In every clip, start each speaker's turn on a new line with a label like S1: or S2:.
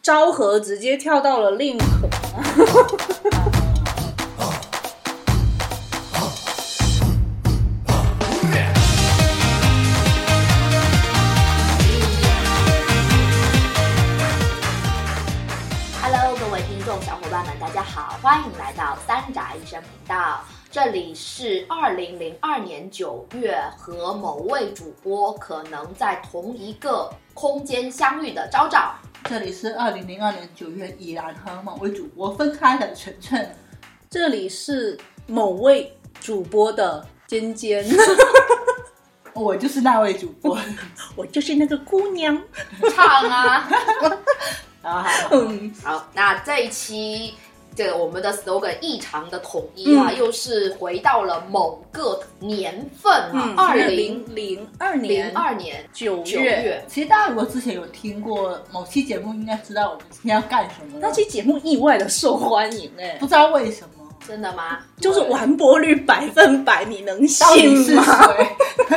S1: 昭和直接跳到了令和。
S2: Hello，各位听众小伙伴们，大家好，欢迎来到三宅医生频道。这里是二零零二年九月和某位主播可能在同一个空间相遇的昭昭。
S3: 这里是二零零二年九月以来和某位主播分开的晨晨，
S1: 这里是某位主播的尖尖，
S3: 我就是那位主播
S1: 我就是那个姑娘。
S2: 唱 啊！
S3: 啊，
S1: 嗯，
S2: 好，那这一期这个我们的 slogan 异常的统一啊，
S1: 嗯
S2: 又是回到了某个年份啊，二
S1: 嗯二
S2: 零
S1: 零零二年
S2: 零二年
S1: 九
S2: 九
S1: 月，
S2: 月。
S3: 其实大家如果之前有听过某期节目，应该知道我们今天要干什么了。
S1: 那期节目意外的受欢迎哎、
S3: 不知道为什么，
S2: 真的吗？
S1: 就是完播率百分百，你能
S3: 到底
S1: 信
S3: 是
S1: 吗？
S3: 谁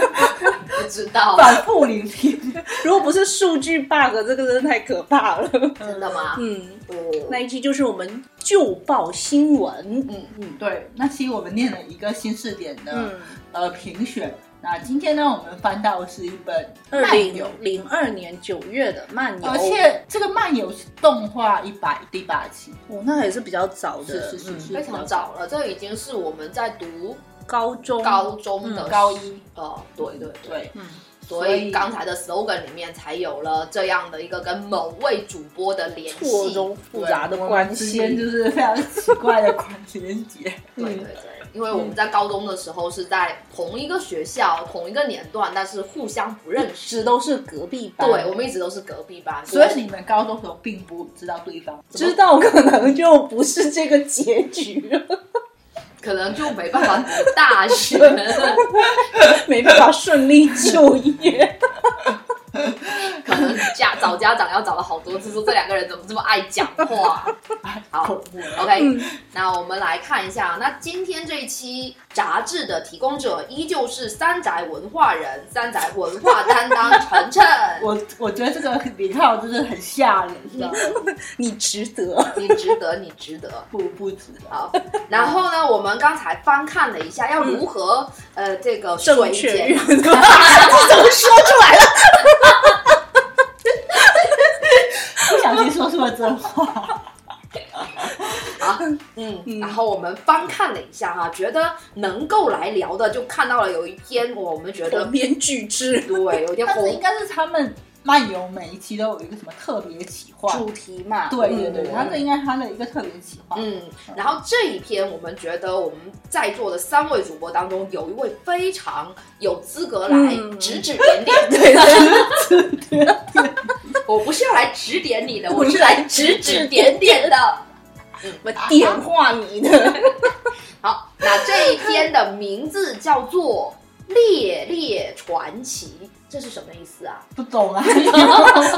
S2: 不知 道，
S3: 反复聆听？
S1: 如果不是数据 bug，这个真的太可怕了。
S2: 真的吗？
S1: 嗯，
S2: 哦
S1: 那一期就是我们旧报新闻。
S2: 嗯
S1: 嗯
S3: 对，那期我们念了一个新视点的、
S1: 嗯，
S3: 呃评选。那今天呢，我们翻到的是一本
S1: 二
S3: 漫游，
S1: 零零二年九月的漫游，
S3: 而且这个漫游是动画一百第八期，
S1: 哦，那还是比较早的，
S3: 是是是
S1: 嗯
S3: 是
S2: 非常早了，这已经是我们在读
S1: 高中
S2: 高中的、
S1: 嗯
S3: 高一，
S2: 哦，对对对，
S3: 对，
S1: 嗯
S2: 所
S3: 所
S2: 以
S3: 以
S2: 刚才的 slogan 里面才有了这样的一个跟某位主播的联
S1: 错
S2: 系，对
S1: 综复杂的
S3: 对我
S1: 关
S3: 们之
S1: 系，
S3: 间就是非常奇怪的关系连接。
S2: 对对，因为我们在高中的时候是在同一个学校、同一个年段，但是互相不认识，
S1: 只都是隔壁班。
S2: 对，我们一直都是隔壁班，
S3: 所
S2: 我
S3: 以你们高中时候并不知道对方，
S1: 知道可能就不是这个结局 了，
S2: 可能就没办法读大学。
S1: 没办法顺利就业。
S2: 可能家找家长要找了好多次，说这两个人怎么这么爱讲话。好
S3: 恐怖了。
S2: OK，、那
S1: 嗯
S2: 我们来看一下，那今天这一期杂志的提供者依旧是三宅文化人，三宅文化担当晨晨，
S3: 我我觉得这个名号真的很吓人，知道吗？
S1: 你值得。
S2: 你值得，你值得。
S3: 不不值得。
S2: 好，然后呢，我们刚才翻看了一下，要如何、呃这个水
S1: 正确
S2: 解
S1: 运动，你怎么说出来了？
S3: 不小心说出了真话，
S2: 啊， 嗯，然后我们翻看了一下哈、觉得能够来聊的，就看到了有一篇我们觉得
S1: 同编巨制
S2: 对有哦点
S3: 但是
S2: 红
S3: 应该是他们漫游每一期都有一个什么特别企划，
S1: 主题嘛，
S3: 对对对，
S2: 嗯
S3: 他这应该是他的一个特别企划。
S2: 嗯，然后这一篇我们觉得我们在座的三位主播当中，有一位非常有资格来
S1: 嗯
S2: 指指点点。
S1: 对对，
S2: 我不是要来指点你的，
S1: 我
S2: 我是
S1: 是
S2: 来指指点点的。
S1: 我点化你的，
S2: 好，那这一篇的名字叫做《烈烈传奇》，这是什么意思啊？
S3: 不懂啊，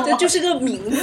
S1: 这就是个名字。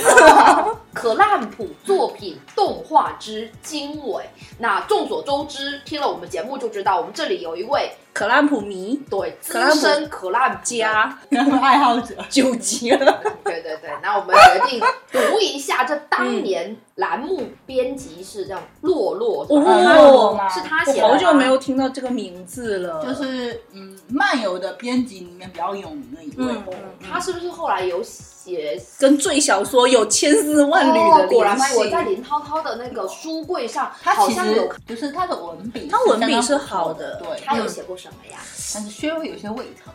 S2: 可烂普作品动画之经纬。那众所周知，听了我们节目就知道，我们这里有一位
S1: 可兰普迷
S2: 对资
S1: 可烂普
S2: 深可烂普的
S1: 加
S3: 然后爱好者。
S1: 九级了，
S2: 对对对，那我们决定读一下这
S3: 嗯
S2: 当年栏目编辑是这样洛洛，是吧
S3: 哦
S2: 是他写的
S1: 我
S2: 吗，
S1: 好久没有听到这个名字了，
S3: 就是嗯，漫游的编辑里面比较有名的一位，
S1: 嗯
S2: 他是不是后来有写？
S1: 跟最小说有千丝万缕
S2: 哦
S1: 的，
S2: 果然
S1: 联
S2: 发现我
S1: 系。
S2: 在林涛涛的那个书柜上，
S3: 他
S2: 好
S3: 其
S2: 像有
S3: 实就是他的文笔，
S1: 他文笔是好的
S3: 对，
S2: 他有写过什么呀？
S3: 但是稍微有些胃疼，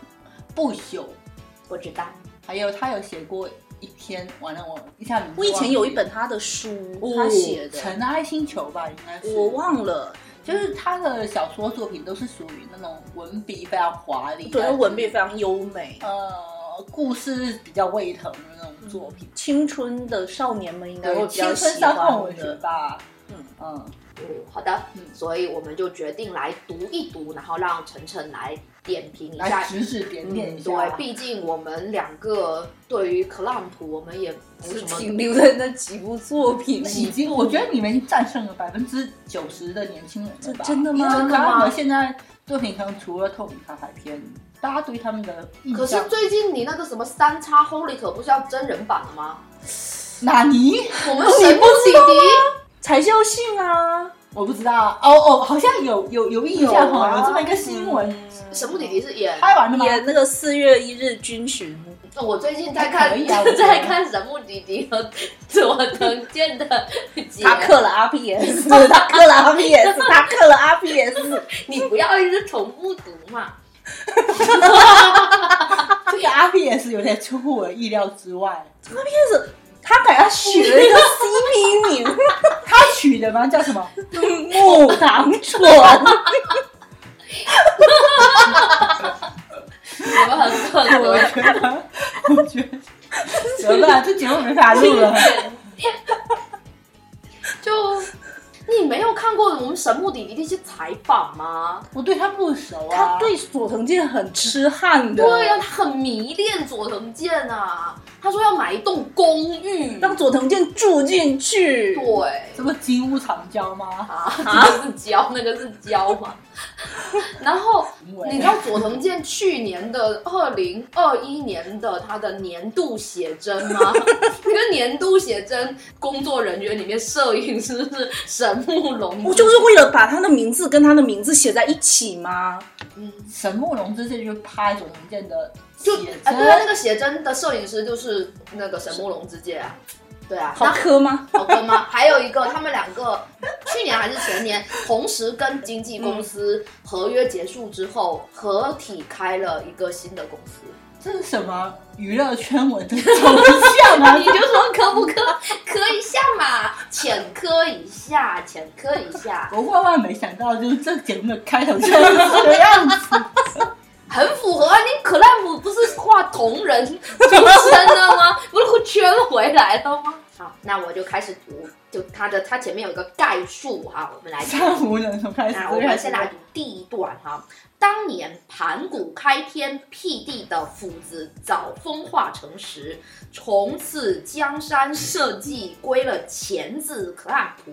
S3: 不朽。
S2: 不知道。
S3: 还有他有写过一篇，完了我一下名字
S1: 我
S3: 忘记
S1: 以前有一本他的书，
S3: 了
S1: 他写的，
S3: 尘埃星球》吧，应该是
S1: 我，忘了，
S3: 就是他的小说作品都是属于那种文笔非常华丽，
S1: 对，
S3: 但是
S1: 文笔非常优美。
S3: 呃故事比较胃疼的那种作品，
S1: 青春的少年们应该会
S3: 对，
S1: 比
S3: 青
S1: 较
S3: 春
S1: 喜
S3: 伤痛
S1: 欢
S3: 文学
S1: 的。
S3: 吧，
S1: 嗯
S3: 嗯，
S2: 嗯，好的
S3: 嗯，
S2: 所以我们就决定来读一读，然后让晨晨来点评一下
S3: 来指指点点一下，
S2: 对，毕竟我们两个对于克朗普，我们也不
S1: 只
S2: 是什
S1: 停
S2: 么。
S1: 留在那几部作 品
S3: 那已经，我觉得你们已经战胜了百分之九十的年轻人了
S1: 这
S3: 吧？
S1: 真的吗
S3: 因
S2: 真
S3: 为
S2: 的吗
S3: 卡尔现在作品可能除了透明卡牌片，大家对他们的印
S2: 可是
S3: 象
S2: 最近你那个什么三叉 Holy 可不是要真人版了吗？
S3: 纳尼？
S2: 我们神不启迪，
S1: 才叫性啊！
S3: 我不知道啊，哦哦，好像有有有印象
S2: 有
S3: 哈，
S2: 啊
S3: 有这么一个新闻，
S2: 神不启迪是演。
S3: 拍完了吗？
S1: 嗯演那个四月一日军巡，
S2: 我最近在
S3: 还可
S2: 看
S3: 以啊我觉得
S2: 在看神不启迪和佐藤健的结，
S1: 他克了 RPS，他克了 RPS，他克了 RPS。
S2: 你不要一直重复读嘛。
S3: 这个 RPS 有点出乎我的意料之外，
S1: 他给他取了 一个 CP 名，
S3: 他取的吗？叫什么？
S1: 木糖醇。
S2: 我们很可
S3: 我
S2: 能
S3: 觉得，我觉得，怎么办？这节目没法录 了。
S2: 就你没有看过我们神木弟弟的一些采访吗？
S3: 我对他不熟啊。
S1: 他对佐藤健很痴汉的，
S2: 对呀、啊他很迷恋佐藤健啊，他说要买一栋公寓。
S1: 让佐藤健住进去。
S2: 对，
S3: 这不金屋藏娇吗？
S2: 啊，这个是胶，那个是胶 嘛。然后你知道佐藤健去年的二零二一年的他的年度写真 吗？那个年度写真工作人员里面，摄影师是神木隆
S1: 不
S2: 之，
S1: 就是为了把他的名字跟他的名字写在一起吗？
S2: 嗯，
S3: 神木隆之这就拍佐藤健的
S2: 就
S3: 写
S2: 啊，对啊，那
S3: 真，
S2: 个写真的摄影师就是那个神木隆之介啊，对啊，
S1: 好
S2: 那
S1: 磕吗？
S2: 好跟吗？ 还有一个，他们两个去年还是前年，同时跟经纪公司合约结束之后，合体开了一个新的公司。
S3: 这是什么娱乐圈文的走向啊
S2: 你？就说磕不磕？磕一下嘛，浅磕一下，浅磕一下，
S3: 我万万没想到，就是这节目的开头就是这个样 子。
S2: 很符合啊！你克莱姆不是画同人出身了吗？ 不是圈回来了吗？好，那我就开始读，就它的它前面有一个概述哈，我们来看。
S3: 珊瑚人从 开始，
S2: 哎那我
S1: 啊
S2: 们先来读第一段哈。当年盘古开天辟地的斧子早风化成石，从此江山社稷归了钳子克兰普。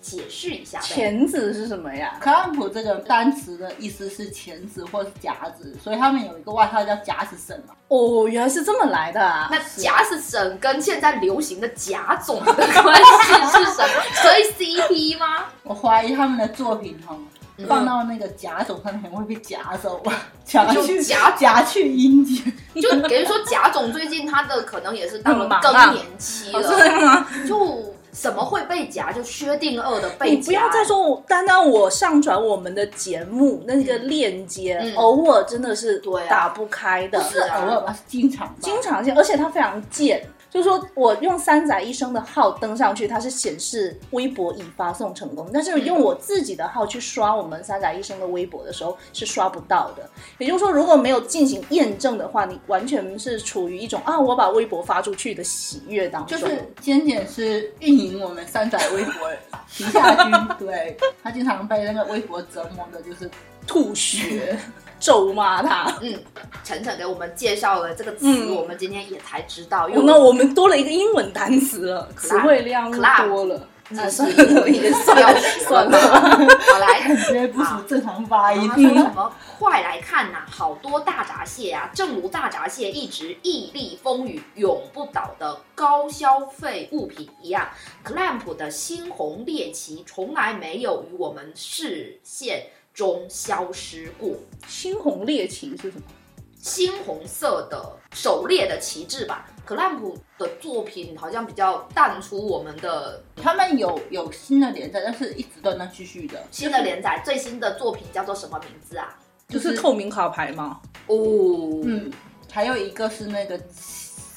S2: 解释一下呗，
S1: 钳子是什么呀？
S3: 克朗普这个单词的意思是钳子或是夹子，所以他们有一个外号叫夹子神嘛。
S1: 哦，原来是这么来的啊！
S2: 那假是神跟现在流行的假种的关系是什么？ 所以 CP 吗？
S3: 我怀疑他们的作品哈、
S2: 嗯
S3: 放到那个夹种上面会被夹走啊，夹
S2: 就
S3: 去
S2: 夹
S3: 夹去阴间。
S2: 就等于说贾总最近他的可能也是到了
S1: 很忙啊
S2: 更年期
S1: 哦这
S2: 了，
S1: 样吗？
S2: 就什么会被夹，就薛定谔的
S1: 你
S2: 被夹。
S1: 不要再说我，单单我上传我们的节目那个链接，
S2: 嗯
S1: 偶尔真的是
S2: 对啊
S1: 打不开的，
S2: 是啊
S3: 是偶尔吧，是经常吧。
S1: 经常性，而且它非常贱。就是说我用三宅医生的号登上去，它是显示微博已发送成功，但是用我自己的号去刷我们三宅医生的微博的时候是刷不到的。也就是说，如果没有进行验证的话，你完全是处于一种啊，我把微博发出去的喜悦当
S2: 就
S1: 中。
S2: 是
S3: 尖尖是运营我们三仔微博的皮下军，对他经常被那个微博折磨的，就是
S1: 吐血，咒骂他。
S2: 嗯，晨晨给我们介绍了这个词，
S1: 嗯哦
S2: 我们今天也才知道，因
S1: 那
S2: 为
S1: 我们多了一个英文单词了，词汇量
S2: Club
S1: 多了。啊，
S2: 那是
S1: 算了，也算
S2: 要
S1: 了，
S2: 学
S1: 算了。
S2: 好来。
S3: 绝对不属正常发音
S2: 然后。他说 什么？快来看呐、好多大闸蟹啊！正如大闸蟹一直屹立风雨、永不倒的高消费物品一样，Clamp 的猩红猎奇从来没有与我们视线中消失过。
S1: 猩红猎奇是什么？
S2: 猩红色的狩猎的旗帜吧。克兰普的作品好像比较淡出我们的
S3: 他们有有新的连载，但是一直断断续续的，
S2: 新的连载，最新的作品叫做什么名字啊？
S1: 就是透明卡牌吗？
S2: 哦，
S3: 嗯，还有一个是那个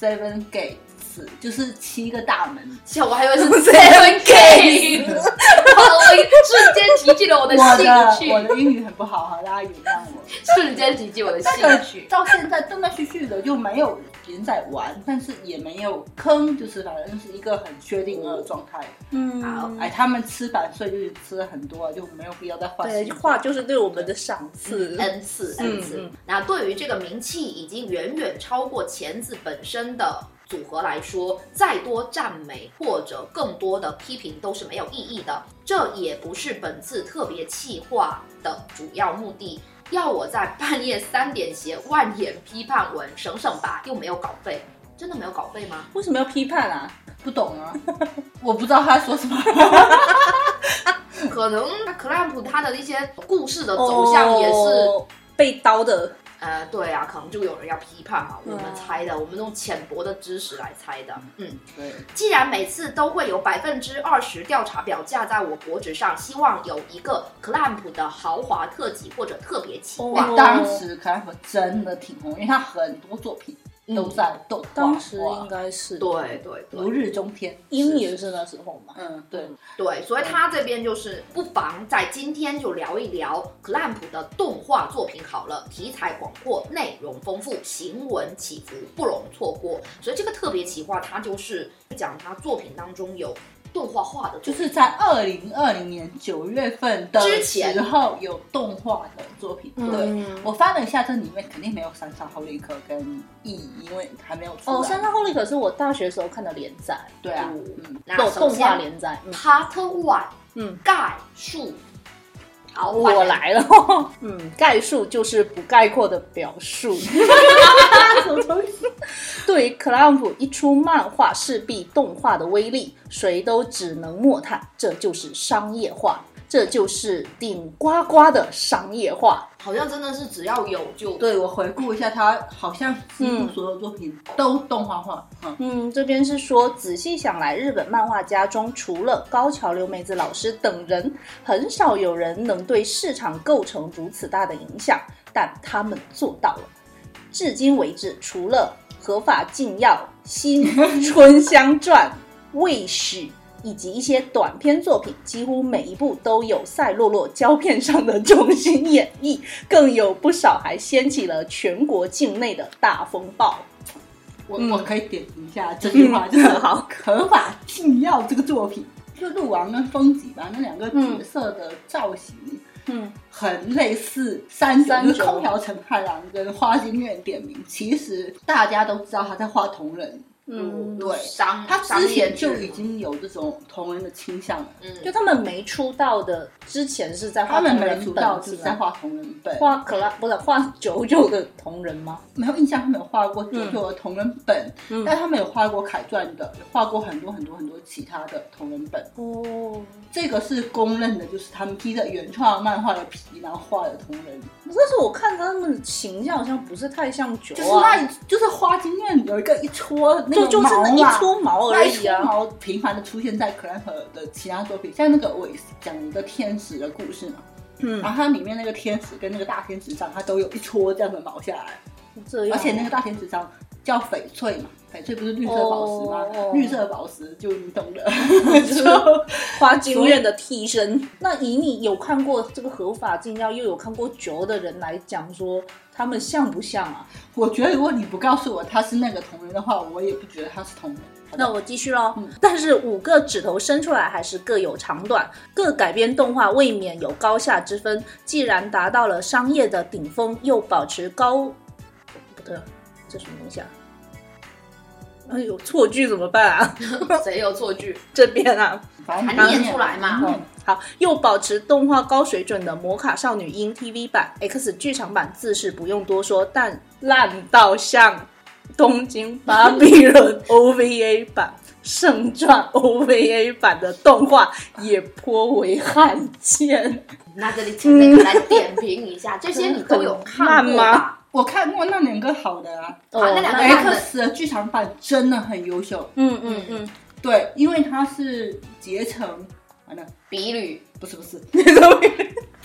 S3: Seven Gates，就是七个大门。
S2: 像我还以 为是 Seven K，我瞬间提起了我的
S3: 我的
S2: 兴
S3: 我
S2: 趣，
S3: 的英语很不好，哈，大家原谅我。
S2: 瞬间提起我的兴趣。
S3: 到现在断断续续的就没有连载完，但是也没有坑，就是反正是一个很确定的状态。
S1: 嗯
S2: 好
S3: 哎，他们吃版税就是吃了很多，就没有必要再换
S1: 对
S3: 新，的。
S1: 话嗯哎就是对我们的赏赐。
S2: n 次 n 次。
S1: 嗯
S2: 那对于这个名气已经远远超过钳子本身的组合来说，再多赞美或者更多的批评都是没有意义的。这也不是本次特别企划的主要目的。要我在半夜三点写万言批判文，省省吧，又没有稿费，真的没有稿费吗？
S1: 为什么要批判啊？
S3: 不懂啊， 我不知道他说什么。
S2: 可能克莱普他的一些故事的走向也是，
S1: 哦被刀的，
S2: 呃，对啊，可能就有人要批判嘛，我
S1: 对啊
S2: 们猜的，我们用浅薄的知识来猜的，嗯。
S3: 对，
S2: 既然每次都会有百分之二十调查表架在我脖子上，希望有一个 clamp 的豪华特辑或者特别企划。
S1: 哦
S3: 当时克莱佛真的挺红，因为他很多作品
S1: 嗯
S3: 都在动画化，
S1: 当时应该是
S2: 对对
S3: 如
S2: 对
S3: 日中天。
S1: 鹰也是那时候嘛，
S3: 嗯，对，
S2: 对，所以他这边就是不妨在今天就聊一聊 clamp 的动画作品好了，题材广阔，内容丰富，行文起伏，不容错过。所以这个特别企划，它就是讲他作品当中有动画化的
S3: 就
S2: 作品，
S3: 是在二零二零年九月份的
S2: 之前
S3: 时候有动画的作品。对，
S1: 嗯
S3: 我翻了一下，这里面肯定没有《三上后立克》跟《意》，因为还没有出来。
S1: 哦，《山上后立可》是我大学时候看的连载，
S3: 对啊，
S2: 嗯
S3: 嗯，
S2: 那
S1: 有
S2: 首
S1: 动画
S2: 先
S1: 连载，嗯
S2: Part One，
S1: 嗯，
S2: 概述。好，换
S1: 我
S2: 人。
S1: 来了， 嗯，概述就是不概括的表述。
S3: 什么东西？
S1: 对于克拉姆一出漫画势必动画的威力，谁都只能默叹，这就是商业化，这就是顶呱呱的商业化。
S2: 好像真的是只要有就
S3: 对我回顾一下，他好像几乎所有作品都动画化。嗯，
S1: 嗯，这边是说，仔细想来，日本漫画家中除了高桥留美子老师等人，很少有人能对市场构成如此大的影响，但他们做到了。至今为止，除了合法禁药《新春香传》《未许》以及一些短篇作品，几乎每一部都有赛洛洛胶片上的重新演绎，更有不少还掀起了全国境内的大风暴。
S3: 我
S1: 嗯
S3: 我可以点评一下这句话，就是
S1: 嗯 好
S3: 合法禁药这个作品，就鹿王跟风吉吧那两个角色的造型。
S1: 嗯，
S3: 很类似三九，
S1: 三
S3: 就是
S1: 九
S3: 空调陈太郎跟花京院点名。其实大家都知道他在画同人，
S1: 嗯，
S3: 对
S2: 商
S3: 他
S2: 商
S3: 之
S2: 业
S3: 前就
S2: 剧
S3: 已经有这种同人的倾向了。
S1: 就
S2: 嗯，
S1: 他们没出道的之前是在画
S3: 他们
S1: 同
S3: 没
S1: 人
S3: 出道
S1: 本
S3: 就是是在
S1: 吗？
S3: 画同人本，
S1: 画可拉不是画九九的同人吗？
S3: 没有印象他们有画过九九的同人本，
S1: 嗯
S3: 但他们有画过凯传的，有画过很多很多很多其他的同人本。
S1: 哦，
S3: 这个是公认的，就是他们披着原创漫画的皮，然后画的同人。
S1: 但是我看他们形象好像不是太像九
S3: 就是
S1: 啊，
S3: 那，就是花京院有一个一撮那
S1: 就
S3: 个
S1: 就是那
S3: 毛啊
S1: 一撮毛
S3: 那
S1: 而
S3: 一
S1: 已
S3: 出
S1: 啊。
S3: 毛频繁的出现在克兰和的其他作品，像那个我讲一个天使的故事嘛，
S1: 嗯
S3: 然后它里面那个天使跟那个大天使章，它都有一撮这样的毛下来，
S1: 这样
S3: 而且那个大天使章叫翡翠嘛，翡翠不是绿色宝石吗？
S1: 哦
S3: 绿色宝石就你懂的，
S1: 是花京院的替身。那以你有看过这个合法禁药，又有看过九的人来讲说，他们像不像啊？
S3: 我觉得如果你不告诉我他是那个同人的话，我也不觉得他是同人。
S1: 那我继续喽。
S3: 嗯
S1: 但是五个指头伸出来还是各有长短，各改编动画未免有高下之分。既然达到了商业的顶峰，又保持高，不对，啊这什么东西啊？哎呦，错句怎么办啊？
S2: 谁有错剧？
S1: 这边啊，
S3: 反正
S2: 还念出来嘛
S3: 嗯
S1: 哦好，又保持动画高水准的《魔卡少女樱》TV 版、X 剧场版自是不用多说，但烂到像《东京巴比 伦》OVA 版、《圣传》OVA 版的动画也颇为罕见。
S2: 那这里请那个来点评一下，这些你都有看过
S1: 慢
S2: 吧
S1: 吗？
S3: 我看过那两个好的啊
S1: 哦
S2: 那两个看的
S3: ，X 的剧场版真的很优秀，
S1: 嗯嗯嗯，
S3: 对，因为它是结成完了。
S2: 比率
S3: 不是不是，
S1: 嗯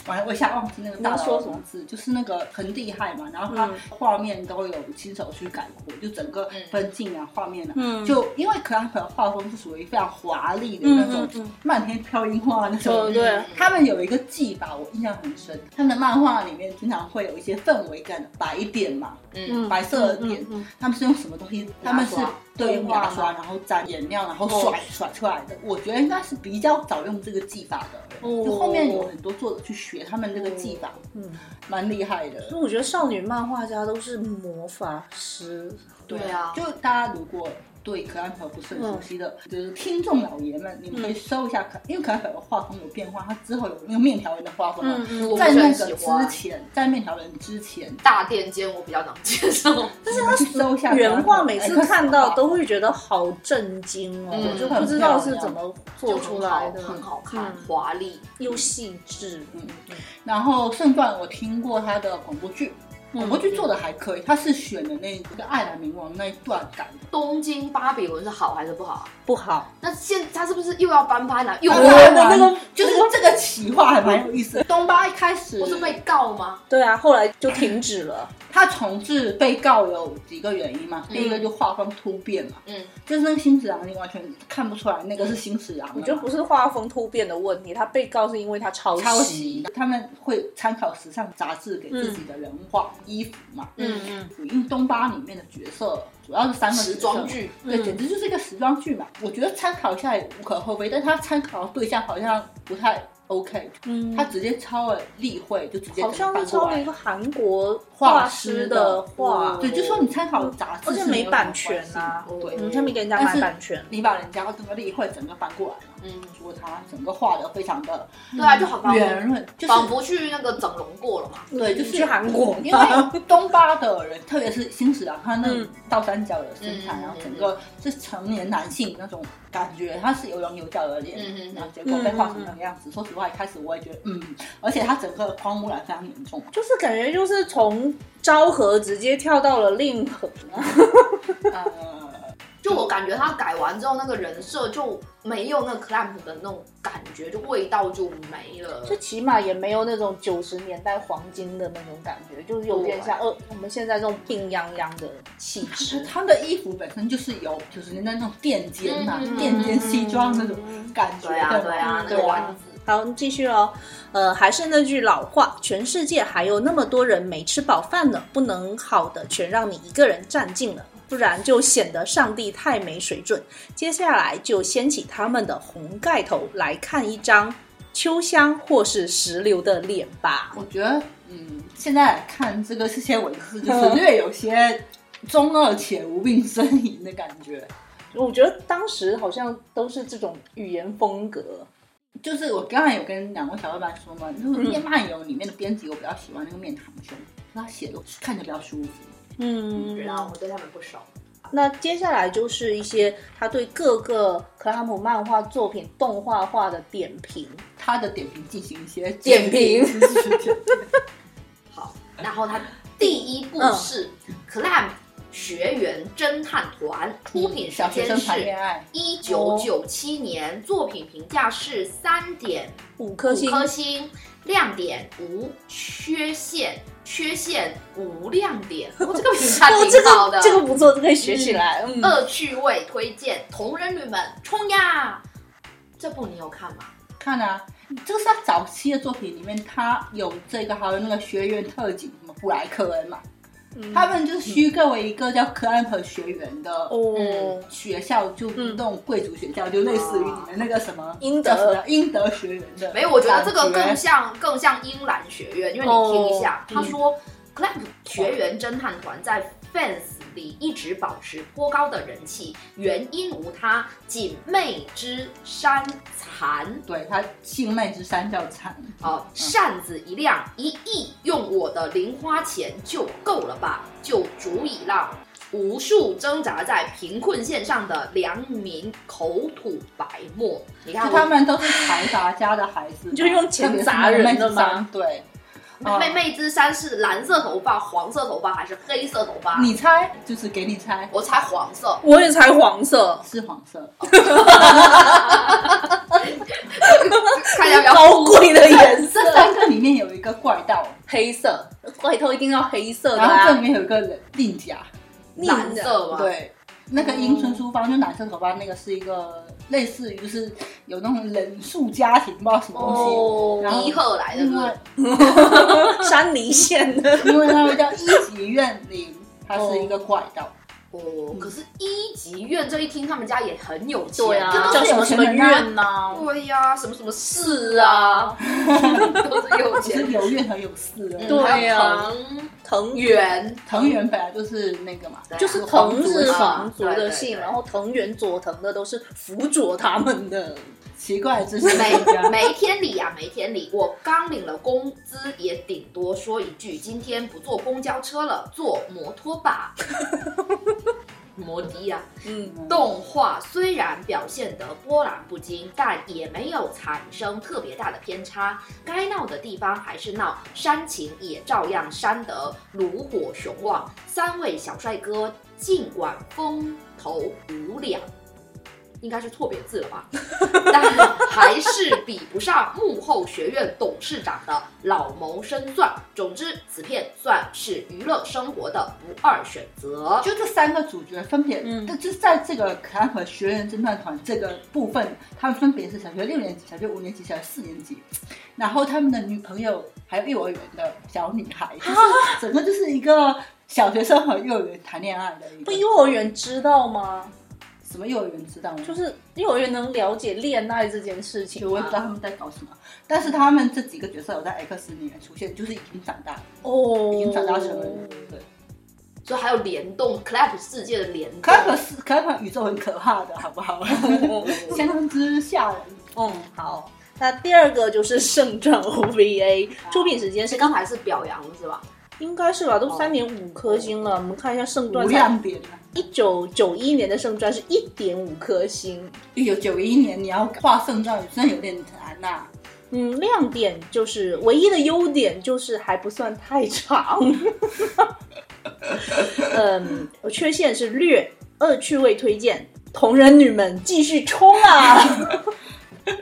S3: 完了我一下忘记那个大佬的名字，就是那个很厉害嘛，然后他
S1: 嗯
S3: 画面都有亲手去改过，就整个分镜啊、画面啊，
S1: 嗯
S3: 就因为克拉克的画风是属于非常华丽的
S1: 嗯
S3: 那种
S1: 嗯嗯
S3: 漫天飘樱花那
S1: 哦
S3: 种。
S1: 对，
S3: 他们有一个技法，我印象很深。他们的漫画里面经常会有一些氛围感的白点嘛，
S2: 嗯，
S3: 白色的点，
S1: 嗯嗯嗯
S3: 他们是用什么东西？他们是
S2: 牙刷
S3: 对用牙
S2: 画
S3: 刷，然后沾颜料，然后
S1: 哦
S3: 甩、甩出来的。我觉得应该是比较早用这个技法的，
S1: 哦
S3: 就后面有很多作者去学他们这个技法，
S1: 嗯，
S3: 蛮厉害的
S1: 所。以我觉得少女漫画家都是魔法师。
S2: 对啊
S3: 就大家如果对可爱粉不是很熟悉的，就是听众老爷们，你们可以搜一下可，因为可爱粉的画风有变化，它之后有那个面条人的画风嘛，
S1: 嗯
S2: 我不
S3: 在
S2: 是
S3: 那
S2: 很
S3: 个
S2: 喜
S3: 之
S2: 欢。
S3: 前，在面条人之前，
S2: 大垫肩我比较能接受，
S3: 但是他搜一 下
S1: 原画，每次看到
S3: 都
S1: 都会觉得好震惊哦，
S2: 嗯
S1: 就不知道是怎么做
S2: 就
S1: 出
S2: 很
S1: 来
S2: 好，
S1: 的，
S2: 很好看，
S1: 嗯
S2: 华丽。
S1: 又细致。
S3: 然后圣传我听过他的广播剧，广播剧做的还可以，他是选的那个爱尔兰冥王那一段改的。
S2: 东京巴比伦是好还是不好啊？
S1: 不好，
S2: 那现他是不是又要翻拍呢？又
S3: 我
S2: 要
S1: 我
S3: 的
S1: 的那
S3: 那
S1: 个
S3: 个就是这个企划还蛮有意思的。东巴一开始
S2: 不是被告吗？
S1: 对啊，后来就停止了。
S3: 他重置被告有几个原因
S1: 嗯
S3: 嘛，第一个就画风突变嘛，
S2: 嗯，
S3: 就是那个新史郎你完全看不出来那个是新史郎的
S1: 我
S3: 嘛，
S1: 觉得不是画风突变的问题，他被告是因为他抄袭。
S3: 抄袭，他们会参考时尚杂志给自己的人物画衣服嘛，
S2: 嗯
S1: 嗯
S3: 因为东巴里面的角色主要是三个角色
S2: 时装。剧，
S3: 对，
S1: 嗯
S3: 简直就是一个时装剧嘛！我觉得参考一下也无可厚非，但他参考的对象好像不太 OK，
S1: 嗯，
S3: 他直接抄了例会，就直接
S1: 好像
S3: 给
S1: 是
S3: 他翻过
S1: 抄
S3: 来
S1: 了一个韩国
S3: 画
S1: 师
S3: 师
S1: 的
S3: 的
S1: 画，
S3: 对，就说你参考杂志
S1: 而且
S3: 是
S1: 没
S3: 有
S1: 版
S3: 关
S1: 权
S3: 系
S1: 啊
S3: 的对，
S1: 嗯，他没给人家买版权。
S3: 你把人家整个例会整个翻过来嘛，
S2: 嗯，
S3: 说他整个画的非常的
S2: 对啊，就好仿
S3: 圆
S2: 佛
S3: 润，就是
S2: 仿佛去那个整容过了嘛。
S3: 对，就
S1: 你
S3: 是
S1: 去韩国
S3: 因
S1: 吧
S3: 为东巴的 人，特别是新史郎，他那
S1: 嗯。
S3: 种倒三角的身材，
S2: 嗯
S3: 然后整个是成年男性那种感觉，他是有棱有角的脸，
S2: 嗯嗯嗯
S3: 然后结果被画成那个样子。说实话，一开始我也觉得，嗯，而且他整个光污染非常严 重
S1: 就是感觉就是从昭和直接跳到了令和，
S3: 呃，
S2: 就我感觉他改完之后，那个人设就没有那个 clamp 的那种感觉，就味道就没了。
S1: 就起码也没有那种九十年代黄金的那种感觉，就是有点像呃我们现在这种病殃殃的气 质。
S3: 他的衣服本身就是有九十年代那种垫肩呐、
S2: 嗯嗯嗯
S3: 垫肩西装那种感觉
S2: 对啊，
S3: 的嘛
S2: 对啊，那
S1: 对
S2: 个
S1: 啊
S2: 丸子，
S1: 好，继续哦。呃，还是那句老话，全世界还有那么多人没吃饱饭呢，不能好的全让你一个人占尽了，不然就显得上帝太没水准。接下来就掀起他们的红盖头来看一张秋香或是石榴的脸吧。
S3: 我觉得，嗯，现在来看这个这些文字，就是略有些中二且无病呻吟的感觉。
S1: 我觉得当时好像都是这种语言风格，
S3: 就是我刚才有跟两位小伙伴说 嘛，就是《面漫游》里面的编辑，我比较喜欢那个面堂兄，他写的看着比较舒服。
S1: 嗯
S2: 然后我对他们不熟。
S1: 那接下来就是一些他对各个克拉姆漫画作品动画化的点评。
S3: 他的点评进行一些
S1: 点评
S2: 好，然后他第一部
S1: 嗯
S2: 是 clamp 学员侦探
S1: 嗯
S2: 团，出品时
S3: 小学
S2: 间
S3: 生谈
S2: 是
S3: 恋爱，
S2: 一九九七年，作品评价是三点
S1: 五
S2: 五
S1: 颗星，
S2: 颗星，亮点无，缺陷缺陷无亮 点。我这个评价
S1: 哦，这
S2: 挺好的，
S1: 个这个不错，这个可以学起来。嗯，
S2: 恶趣味推荐，同人女们冲呀！这部你有看吗？
S3: 看啊，这个是他早期的作品里面，他有这个，还有那个学院特警什么布莱克恩嘛，
S1: 嗯
S3: 他们就是虚构了一个叫克兰普学员的
S1: 哦，
S3: 学校就那种贵族学校，就类似于你们那个什么
S1: 嗯英德
S3: 叫什么英德学院的。
S2: 没有，我觉得这个更
S3: 感觉哦嗯
S2: 像更像英兰学院，因为你听一下，他说 Clamp 学员侦探团在 fans 里一直保持颇高的人气，原因无他，仅妹之山残。
S3: 对他性魅之三叫惨，
S2: 哦，扇子一亮，一亿用我的零花钱就够了吧，就足以让无数挣扎在贫困线上的良民口吐白沫。你
S3: 就
S2: 看
S3: 他
S2: 我
S3: 们都是财阀家的孩 子嘛，
S1: 就用钱
S3: 特别是
S1: 砸人
S3: 妹
S1: 的
S3: 子
S1: 嘛
S3: 桑。对，
S1: 嗯
S2: 妹妹妹之山是蓝色头发、黄色头发还是黑色头发？
S3: 你猜，就是给你猜，
S2: 我猜 黄色，
S1: 我也才黄色，
S3: 是黄色。
S2: 看起来比较
S1: 高贵的颜 色，
S3: 这三个里面有一个怪盗，
S1: 黑色，怪头一定要黑色的
S3: 然后这里
S1: 啊，
S3: 面有一个人令甲，
S2: 蓝色吧？，
S3: 对。那个樱村书芳就男生头发那个是一个类似于就是有那种人数家庭不知道什么东西，嗯
S1: 哦
S3: 然后
S2: 一鹤来的
S3: 因为
S2: 歌，
S1: 山梨县的，
S3: 因为他们叫一级怨灵，他是一个怪盗。
S2: 哦，可是一级院这一听，他们家也很有钱，
S1: 对啊
S2: 这都
S1: 叫
S2: 是
S1: 什么
S2: 有
S1: 什
S2: 钱
S1: 么
S2: 人啊。
S1: 院呐、
S2: 对呀、什么什么事 啊，都是有
S3: 其实
S2: 钱
S3: 刘月很有事的，
S1: 对
S2: 还有
S1: 啊
S2: 藤
S1: 藤
S2: 原，
S3: 藤原本来就是那个嘛，
S2: 对啊
S1: 就是
S3: 皇
S1: 藤
S3: 族
S1: 是
S3: 的
S1: 皇族
S2: 对啊对
S1: 的
S2: 对
S1: 姓，然后藤原佐藤的都是辅佐他们的。
S3: 奇怪之是
S2: 没
S3: 人 家
S2: 没天理啊，没天理！我刚领了工资，也顶多说一句：今天不坐公交车了，坐摩托吧。摩的啊！
S1: 嗯，
S2: 动画虽然表现得波澜不惊，但也没有产生特别大的偏差。该闹的地方还是闹，煽情也照样煽得炉火雄旺。三位小帅哥尽管风头无两，应该是错别字了吧？ 但还是比不上幕后学院董事长的老谋深算。总之，此片算是娱乐生活的不二选择。
S3: 就这三个主角分别，
S1: 嗯
S3: 但就是在这个可爱和学员侦探团这个部分，他们分别是小学六年级、小学五年级、小学四年级，然后他们的女朋友还有幼儿园的小女孩，就是整个就是一个小学生和幼儿园谈恋爱的一
S1: 不，
S3: 个。
S1: 幼儿园知道吗？
S3: 什么幼儿园知道吗？
S1: 就是幼儿园能了解恋爱这件事情
S3: 就
S1: 吗
S3: 我也不知道他们在搞什么，但是他们这几个角色有在 X 里面出现，就是已经长大了，
S1: 哦，
S3: 已经长大成人
S2: 哦
S3: 了。对，
S2: 所以还有联动 Clap 世界的联动。
S3: 可可是可可宇宙很可怕的，好不好？
S2: 哦
S3: 相当之吓人。
S1: 嗯，好。那第二个就是圣战 OVA，
S3: 好
S1: 出品时间是
S2: 是刚才是表扬是吧？
S1: 应该是吧，都三点五颗星了。我们看一下圣
S3: 无
S1: 传，
S3: 量点啊！
S1: 一九九一年的圣传是一点五颗星。
S3: 一九九一年你要画圣战，真的有点难呐、
S1: 嗯，亮点就是唯一的优点就是还不算太长。嗯，缺陷是略恶趣味推荐，同人女们继续冲啊！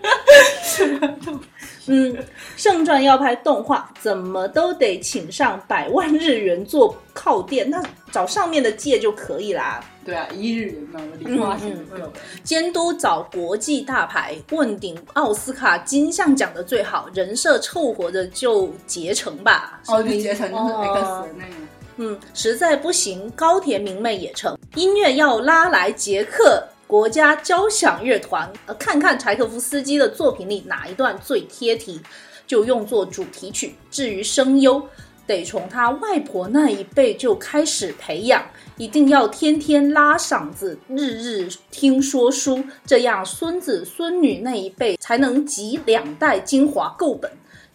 S1: 嗯，圣传要拍动画，怎么都得请上百万日元做靠垫，那找上面的借就可以啦。
S3: 对啊，一日元嘛，我
S2: 嗯
S3: 零花钱都有。
S1: 监督找国际大牌，问鼎奥斯卡金像奖的最好，人设凑合着就结成吧。
S3: 哦，就结成就是 X
S1: 哦
S3: 的那个。
S1: 嗯，实在不行，高铁明媚也成。音乐要拉来捷克国家交响乐团，呃，看看柴可夫斯基的作品里哪一段最贴题，就用作主题曲。至于声优，得从他外婆那一辈就开始培养，一定要天天拉嗓子，日日听说书，这样孙子孙女那一辈才能集两代精华够本。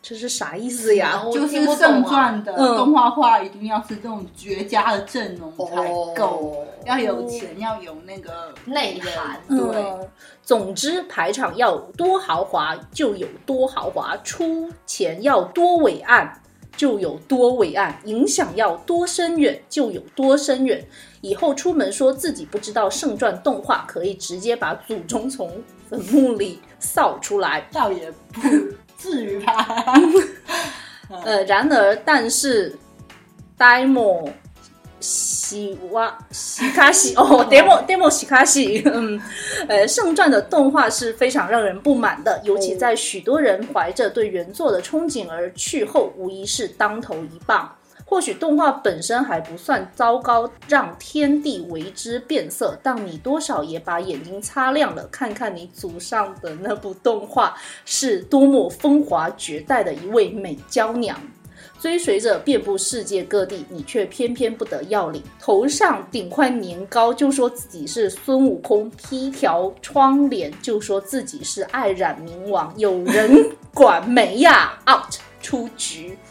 S1: 这是啥意思呀？
S2: 我
S3: 就
S2: 听
S3: 是
S2: 不懂啊
S3: 圣传的
S1: 嗯
S3: 动画化一定要是这种绝佳的阵容才够，
S2: 哦
S3: 要有钱，要有那个
S2: 内涵
S3: 对，
S1: 嗯，总之排场要多豪华就有多豪华，出钱要多伟岸就有多伟岸，影响要多深远就有多深远。以后出门说自己不知道圣传动画，可以直接把祖宗从坟墓里扫出来。
S3: 倒也不至于吧。
S1: 呃，然而，但是，demo 西哇西卡西哦，demo demo 西卡西，嗯，呃，圣传的动画是非常让人不满的，尤其在许多人怀着对原作的憧憬而去后，无疑是当头一棒。或许动画本身还不算糟糕，让天地为之变色，但你多少也把眼睛擦亮了，看看你祖上的那部动画是多么风华绝代的一位美娇娘。追随着遍布世界各地，你却偏偏不得要领，头上顶块年糕就说自己是孙悟空，披条窗帘就说自己是爱染冥王，有人管没呀？out 出局。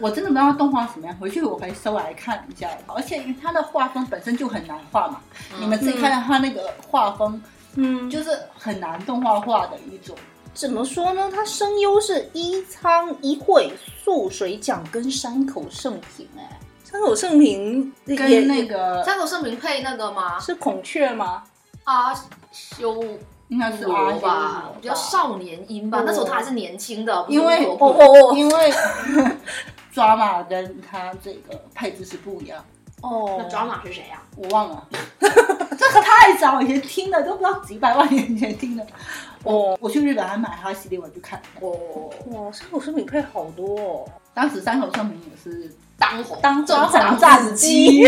S3: 我真的不知道动画什么样，回去我可以搜来看一下。而且因为它的画风本身就很难画嘛，你们自己看看它那个画风，
S1: 嗯，就
S3: 就是很难动画化的一种。
S1: 怎么说呢？他声优是一仓一惠、素水奖跟山口胜平、哎，山口胜平嗯也
S3: 跟那个
S2: 山口胜明配那个吗？
S1: 是孔雀吗？
S2: 阿啊修
S3: 应该是阿
S2: 罗
S3: 修
S2: 吧，比较少年音吧
S1: 哦。
S2: 那时候他还是年轻的，不是
S3: 因为
S2: 罗
S1: 哦
S2: 伯
S1: 哦
S3: 因为 抓马跟他这个配置是不一样，
S1: 哦哦
S2: 那，抓马是谁啊呀？
S3: 我忘了。这个太早以前听了，都不知道几百万年前听的。
S1: 哦
S3: 我去日本还买他的 CD，我去看。
S2: 哦，
S1: 哇，山口胜平配好多哦。
S3: 当时山口胜平也是
S2: 当红
S1: 当红
S2: 正
S1: 长
S2: 红
S1: 炸子鸡，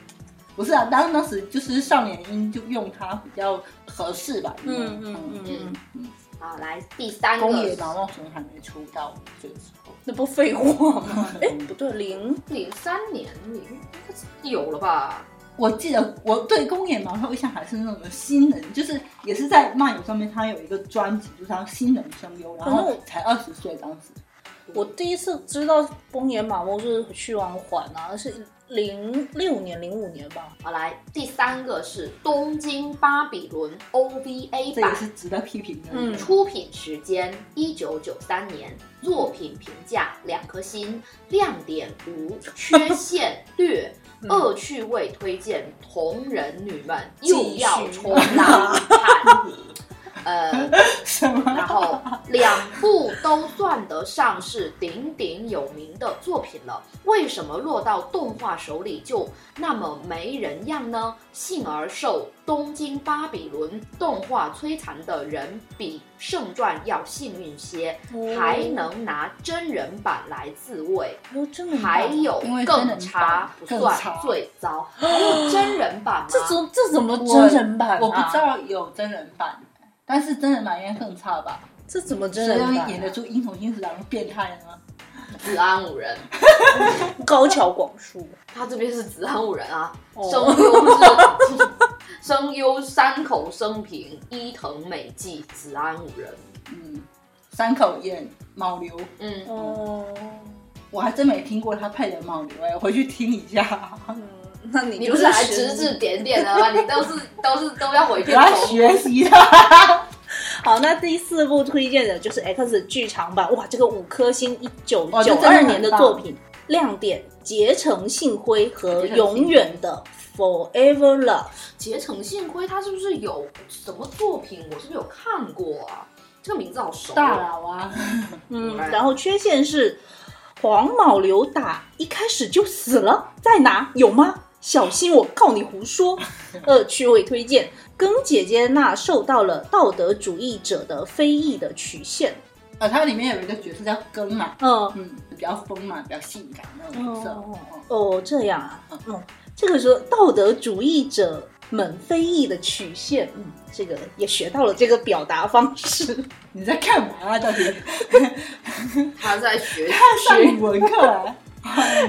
S3: 不是啊，当当时就是少年音就用它比较合适吧。因为
S1: 嗯嗯嗯嗯，
S2: 好，来第三
S3: 宫野
S2: 个
S3: 毛毛虫还没出道这时候，
S1: 那不废话吗？哎，不对，零
S2: 零三年嗯零有了吧？
S3: 我记得我对宫野毛毛印象还是那种新人，就是也是在漫友上面，他有一个专辑，就是他新人声优，然后才二十岁当时。
S1: 我第一次知道公野马猫是去完环啊，是零六年、零五年吧。
S2: 好，来第三个是东京巴比伦 OVA
S3: 这也
S2: 版，
S3: 是值得批评的。
S1: 嗯
S2: 出品时间一九九三年，作品评价两颗星，亮点无，缺陷略，
S1: 嗯
S2: 恶趣味推荐同人女们
S1: 继续
S2: 又要冲 浪看。呃，
S3: 什么？
S2: 然后两部都算得上是鼎鼎有名的作品了，为什么落到动画手里就那么没人样呢？幸而受东京巴比伦动画摧残的人比圣传要幸运些，还能拿真人版来自慰。
S1: 还有这么
S2: 还有
S3: 因为真人
S2: 更
S3: 版
S2: 差不
S3: 更
S2: 算
S3: 差
S2: 最糟，还有真人版吗？
S1: 这怎这怎么
S3: 我
S1: 真人版、啊、
S3: 我不知，道有真人版，但是真人版应该更差吧？
S1: 这怎么真
S3: 谁
S1: 人
S3: 能
S1: 版、啊？
S3: 演得出英雄新十郎变态呢？
S2: 子安五人，
S1: 高桥广树，
S2: 他这边是子安五人啊，
S1: 哦
S2: 声优是声优山口生平、伊藤美纪、子安五人。
S3: 嗯，山口演毛流，
S2: 嗯，
S1: 哦，
S3: 我还真没听过他配的毛流哎，我回去听一下。
S1: 嗯，那你
S2: 你
S1: 就
S2: 不是来
S1: 学
S2: 指指点点的吗？你都是 都是都要 回
S3: 我
S2: 去
S3: 要
S2: 重
S3: 学习他。
S1: 好，那第四部推荐的就是 X 剧场版，哇，这个五颗星，一九
S3: 哦这
S1: 九
S3: 真的
S1: 二
S3: 很
S1: 年的
S3: 棒
S1: 作品，亮点结成信辉和
S3: 结成信辉
S1: 永远的 Forever Love。
S2: 结成幸辉，他是不是有什么作品？我是不是有看过啊？这个名字好熟、
S3: 大
S2: 啊。
S3: 佬啊，
S1: 嗯，
S2: Right.
S1: 然后缺陷是黄毛刘打一开始就死了，在哪有吗？小心我告你胡说！ 恶趣味推荐，跟姐姐那受到了道德主义者的非议的曲线。
S3: 呃，它里面有一个角色叫根嘛，
S1: 嗯，
S3: 嗯，比较丰满，比较性感那种角色。
S1: 哦
S3: 嗯
S1: 哦，这样啊，嗯，这个说道德主义者们非议的曲线，嗯，这个也学到了这个表达方式。
S3: 你在干嘛啊？到底
S2: 他在学
S3: 上语文课啊？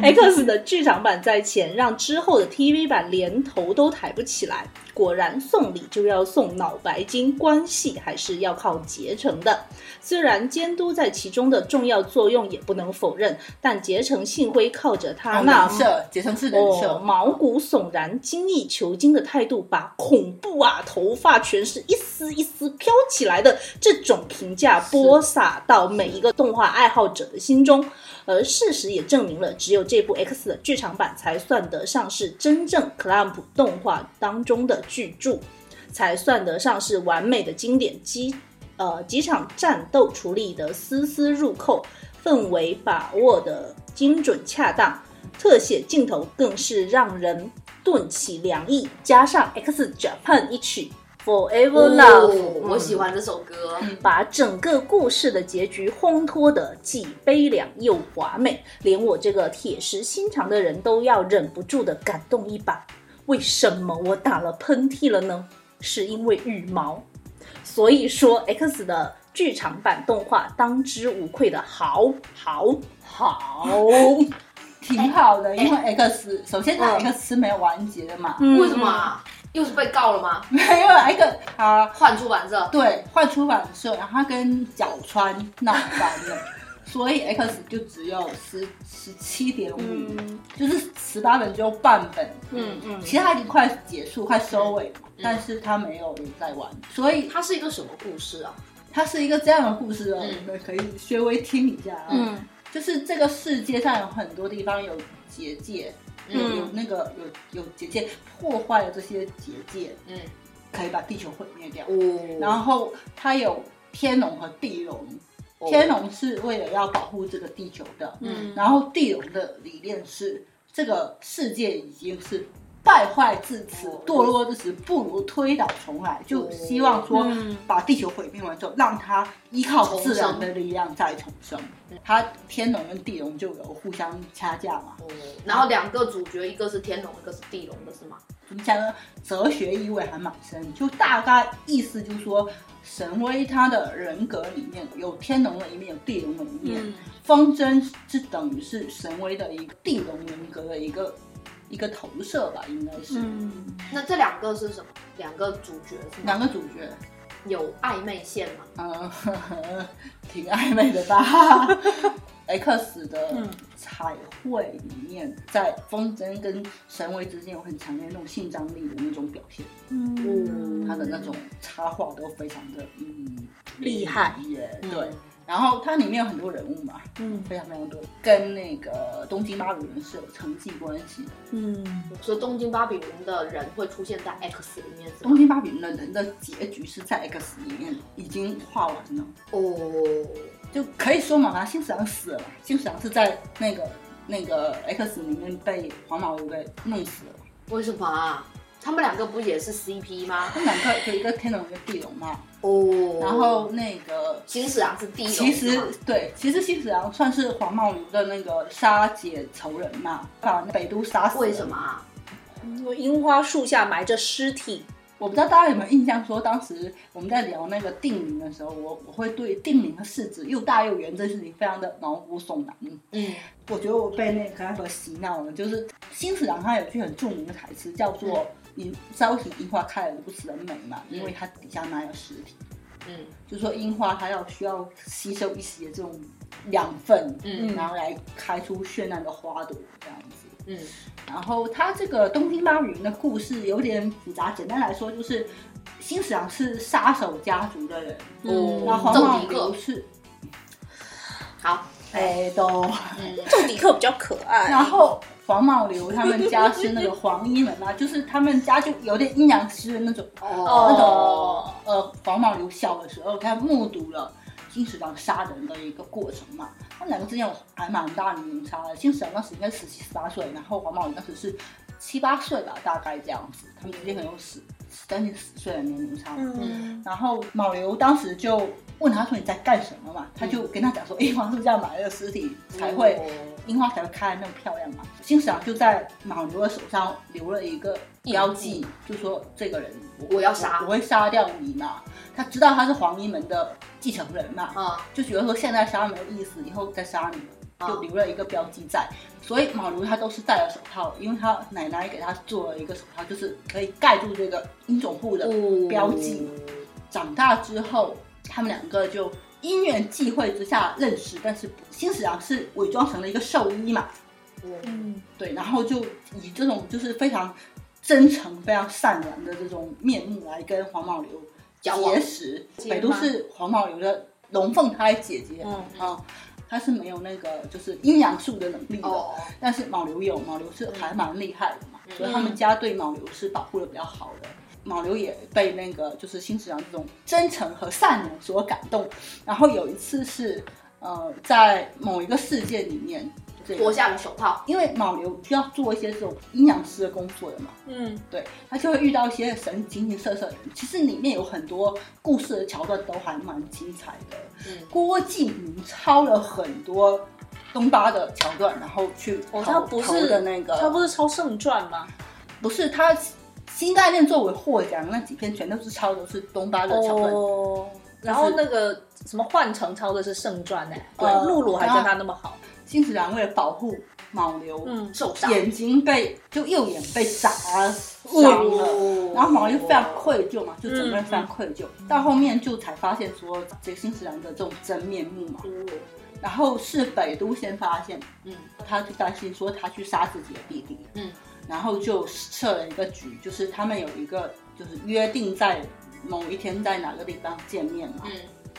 S1: X 的剧场版在前，让之后的 TV 版连头都抬不起来。果然送礼就要送脑白金，关系还是要靠结成的。虽然监督在其中的重要作用也不能否认，但结成幸辉靠着他那
S3: 人设，结成是人
S1: 哦
S3: 设，
S1: 毛骨悚然、精益求精的态度，把恐怖啊、头发全是一丝一丝飘起来的这种评价播撒到每一个动画爱好者的心中。而事实也证明了，只有这部 X 的剧场版才算得上是真正 clamp 动画当中的巨著，才算得上是完美的经典基呃几场战斗处理的丝丝入扣，氛围把握的精准恰当，特写镜头更是让人顿起凉意。加上 X Japan 一曲 Forever Love，、
S3: 嗯
S2: 哦我喜欢这首歌。
S1: 把整个故事的结局烘托得既悲凉又华美，连我这个铁石心肠的人都要忍不住的感动一把。为什么我打了喷嚏了呢？是因为羽毛。所以说，X 的剧场版动画当之无愧的好，好，好。
S3: 挺好的。因为 X，首先它
S1: 嗯
S3: X 是没有完结的嘛，
S1: 嗯
S2: 为什么？啊？又是被告了吗？
S3: 没有 X 啊，
S2: 换出版社，
S3: 对，换出版社，然后他跟角川闹翻了，所以 X 就只有十十七点五，
S1: 嗯
S3: 就是十八本只有半本，
S1: 嗯嗯
S3: 其实他已经快结束、快收尾了，但是他没有连载完，所以
S2: 它是一个什么故事啊？
S3: 它是一个这样的故事哦，
S2: 嗯
S3: 你们可以稍微听一下啊，
S1: 嗯
S3: 就是这个世界上有很多地方有结界，有
S1: 嗯
S3: 有那个有有结界破坏了这些结界，
S2: 嗯，
S3: 可以把地球毁灭掉。
S2: 哦，
S3: 然后它有天龙和地龙，
S2: 哦
S3: 天龙是为了要保护这个地球的，
S1: 嗯
S3: 然后地龙的理念是这个世界已经是败坏至此
S2: 哦，
S3: 堕落至此，不如推倒重来。就希望说
S1: 嗯，
S3: 把地球毁灭完之后，让它依靠自然的力量再重生。它天龙跟地龙就有互相掐架嘛，
S2: 哦然后两个主角，一个是天龙，一个是地龙的是吗？
S3: 怎么讲呢？哲学意味还蛮深，就大概意思就是说，神威他的人格里面有天龙的一面，有地龙的一面。
S1: 嗯
S3: 风筝是等于是神威的一个地龙人格的一个一个投射吧，应该是、
S1: 嗯，
S2: 那这两个是什么？两个主角是吗？
S3: 两个主角，
S2: 有暧昧线吗？
S3: 嗯， 呵呵挺暧昧的 吧。X 的
S1: 嗯
S3: 彩绘里面，在风筝跟神威之间有很强烈那种性张力的那种表现，
S1: 嗯，
S3: 他的那种插画都非常的嗯
S1: 厉害
S3: 耶，对。然后它里面有很多人物嘛，
S1: 嗯
S3: 非常非常多，跟那个东京巴比伦是有层级关系的。
S1: 嗯，
S2: 所以东京巴比伦的人会出现在 X 里面是
S3: 东
S2: 吗？
S3: 京巴比伦的人的结局是在 X 里面已经画完了，
S2: 哦，
S3: 就可以说嘛，反正新十郎死了嘛，新十郎是在那个那个 X 里面被黄毛给弄死了。
S2: 为什么啊？他们两个不也是 CP 吗？
S3: 他们两个有一个天龙，一个地龙嘛。
S2: 哦，
S3: 然后那个
S2: 秦始皇是地龙，
S3: 其
S2: 是
S3: 实
S2: 吗
S3: 对，其实新十郎算是黄毛流的那个杀姐仇人嘛，把北都杀死。
S2: 为什么？啊？
S1: 有樱花树下埋着尸体，
S3: 我不知道大家有没有印象，说当时我们在聊那个定陵的时候，我我会对定陵的市值又大又圆这件事情非常的毛骨悚然。
S2: 嗯，
S3: 我觉得我被那个 Clever 洗脑了，就是新史郎他有句很著名的台词叫做
S2: 嗯
S3: “你知道为什么樱花开得如此的美吗？因为它底下埋了尸体。”
S2: 嗯，
S3: 就说樱花它要需要吸收一些这种养分，
S2: 嗯
S3: 然后来开出绚烂的花朵这样子。
S2: 嗯，
S3: 然后它这个东京巴比伦的故事有点复杂，简单来说就是新史郎是杀手家族的人，
S1: 嗯
S3: 然后
S2: 揍
S3: 黄毛
S2: 迪克
S3: 流是
S2: 好，
S3: 哎都。
S2: 嗯，
S1: 杜迪克比较可爱
S3: 然，后黄毛流他们家是那个黄衣人啊，就是他们家就有点阴阳师的那种那种
S2: 哦，
S3: 呃，黄毛流小的时候，他目睹了金石郎杀人的一个过程嘛。他们两个之间有还蛮大的年差的，金石郎当时应该十七十八岁，然后黄毛流当时是七八岁吧，大概这样子。他们之间可能有十将近十岁的年龄差。
S1: 嗯
S3: 然后毛流当时就问他说你在干什么嘛？他就跟他讲说，哎，黄树下埋了尸体才会樱花才会开得那么漂亮嘛。欣赏就在马牛的手上留了一个标记，就说这个人
S2: 嗯我要杀
S3: 我，我会杀掉你嘛。他知道他是黄衣门的继承人嘛，
S2: 啊，
S3: 就觉得说现在杀没有意思，以后再杀你，就留了一个标记在。所以马牛他都是戴了手套，因为他奶奶给他做了一个手套，就是可以盖住这个鹰种户的
S2: 哦
S3: 标记。长大之后，他们两个就因缘际会之下认识，但是新史郎是伪装成了一个兽医嘛，
S2: 嗯
S1: 嗯
S3: 对，然后就以这种就是非常真诚、非常善良的这种面目来跟黄毛流
S2: 交往
S3: 结识。
S1: 结吗
S3: 北都是黄毛流的龙凤胎姐姐，
S1: 嗯
S3: 啊，她是没有那个就是阴阳术的能力的，
S2: 哦，
S3: 但是毛流有，毛流是还蛮厉害的嘛，
S2: 嗯
S3: 所以他们家对毛流是保护的比较好的。毛流也被那个就是新市长这种真诚和善良所感动，然后有一次是呃在某一个事件里面，这个
S2: 脱下了手套，
S3: 因为毛流需要做一些这种阴阳师的工作的嘛，
S1: 嗯
S3: 对他就会遇到一些神形形色色的人。其实里面有很多故事的桥段都还蛮精彩的。
S2: 嗯
S3: 郭敬明抄了很多东巴的桥段，然后去
S1: 哦
S3: 投
S1: 他不是
S3: 投的那个，
S1: 他不是抄圣传吗？
S3: 不是他新概念作为获奖那几篇全都是抄的是东巴的桥段。
S1: 哦，然后那个什么幻城抄的是圣传呢、欸对，
S3: 呃
S1: 露露还跟他那么好，
S3: 新十郎为了保护毛流，
S1: 嗯
S2: 受伤，
S3: 眼睛被就右眼被砸伤了。
S2: 哦
S3: 然后毛就非常愧疚嘛，就整个人非常愧疚。到后面就才发现说这个新十郎的这种真面目嘛。然后是北都先发现，
S2: 嗯
S3: 他就担心说他去杀自己的弟弟，
S2: 嗯，
S3: 然后就设了一个局，就是他们有一个就是约定在某一天在哪个地方见面嘛。
S2: 嗯，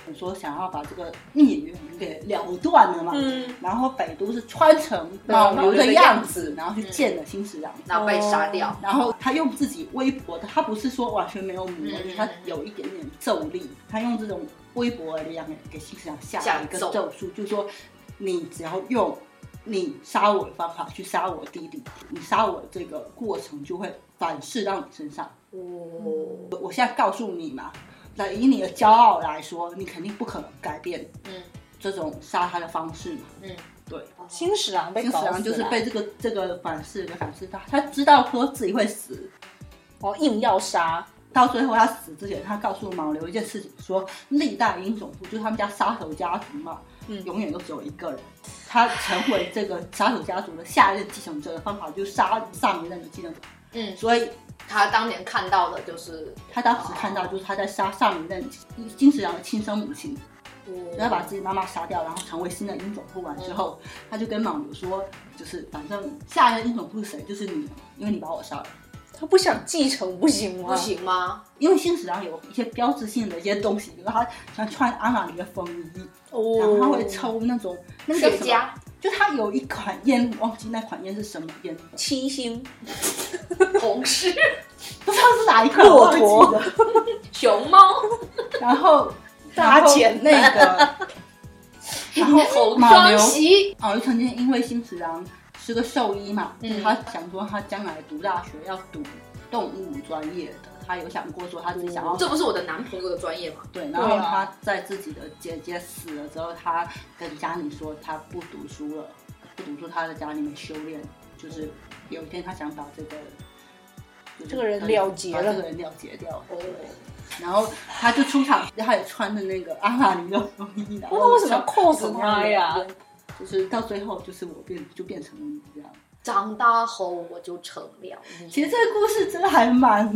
S3: 我说想要把这个孽缘给了断了嘛。
S1: 嗯，
S3: 然后北都是穿成老牛的样子，然后去见了新十郎，
S2: 然后被杀掉，
S3: 然后他用自己微薄的，他不是说完全没有魔
S2: 嗯
S3: 力，他有一点点咒力，他用这种微薄的力量给新市长下了一个
S2: 下咒
S3: 咒术，就说你只要用你杀我的方法去杀我弟弟，你杀我的这个过程就会反噬到你身上。
S2: 哦，
S3: 我现在告诉你嘛，那以你的骄傲来说，你肯定不可能改变
S2: 嗯
S3: 这种杀他的方式嘛。
S2: 嗯，
S3: 对，
S2: 哦
S1: 秦始皇被
S3: 秦始
S1: 搞死
S3: 皇就是
S1: 了
S3: 被这个这个反噬给反噬到，他知道说自己会死，
S1: 哦硬要杀，
S3: 到最后他死之前，他告诉毛刘一件事情，说历代英雄不就是他们家杀手家族嘛，
S1: 嗯
S3: 永远都只有一个人。他成为这个杀手家族的下一任继承者的方法，就是杀上一任的继承者。
S2: 嗯，
S3: 所以
S2: 他当年看到的就是，
S3: 他当时看到，就是他在杀上一任金石阳的亲生母亲，
S2: 哦
S3: 然后把自己妈妈杀掉，然后成为新的英种户完之后，他就跟莽牛说，就是反正下一任英种户是谁，就是你，因为你把我杀了。
S1: 他不想继承不行吗？
S2: 不，行吗？
S3: 因为新史上有一些标志性的一些东西，比如他穿穿阿玛尼的风衣，
S1: 哦，
S3: 然后他会抽那种那个叫
S2: 薛
S3: 什么，
S2: 家
S3: 就他有一款烟，我忘记那款烟是什么烟了，
S1: 七星
S2: 红狮、
S3: 不知道是哪一款，我
S1: 骆
S3: 忘
S1: 驼
S3: 记了。
S2: 熊猫、
S3: 然后
S1: 大
S3: 然后
S1: 简
S3: 那个， 然后
S2: 红
S3: 马
S2: 双
S3: 牛
S2: 喜，
S3: 哦，曾经因为新史郎是个兽医嘛，
S2: 嗯
S3: 他想说他将来读大学要读动物专业的，他有想过说他自己想要
S2: 这不是我的男朋友的专业吗？
S3: 对，然
S2: 啊
S3: 后他在自己的姐姐死了之后，他跟家里说他不读书了，不读书，他在家里面修炼，就是有一天他想把这个。就是
S1: 这个人了结了
S3: 把这个人了结掉，
S2: 哦，
S3: 然后他就出场，他也穿着那个阿玛尼的风衣，然后
S1: 那为什么要
S3: 上
S1: cos 哦他呀？
S3: 上就是到最后，就是我变就变成了你这样。
S2: 长大后我就成了你。
S3: 其实这个故事真的还蛮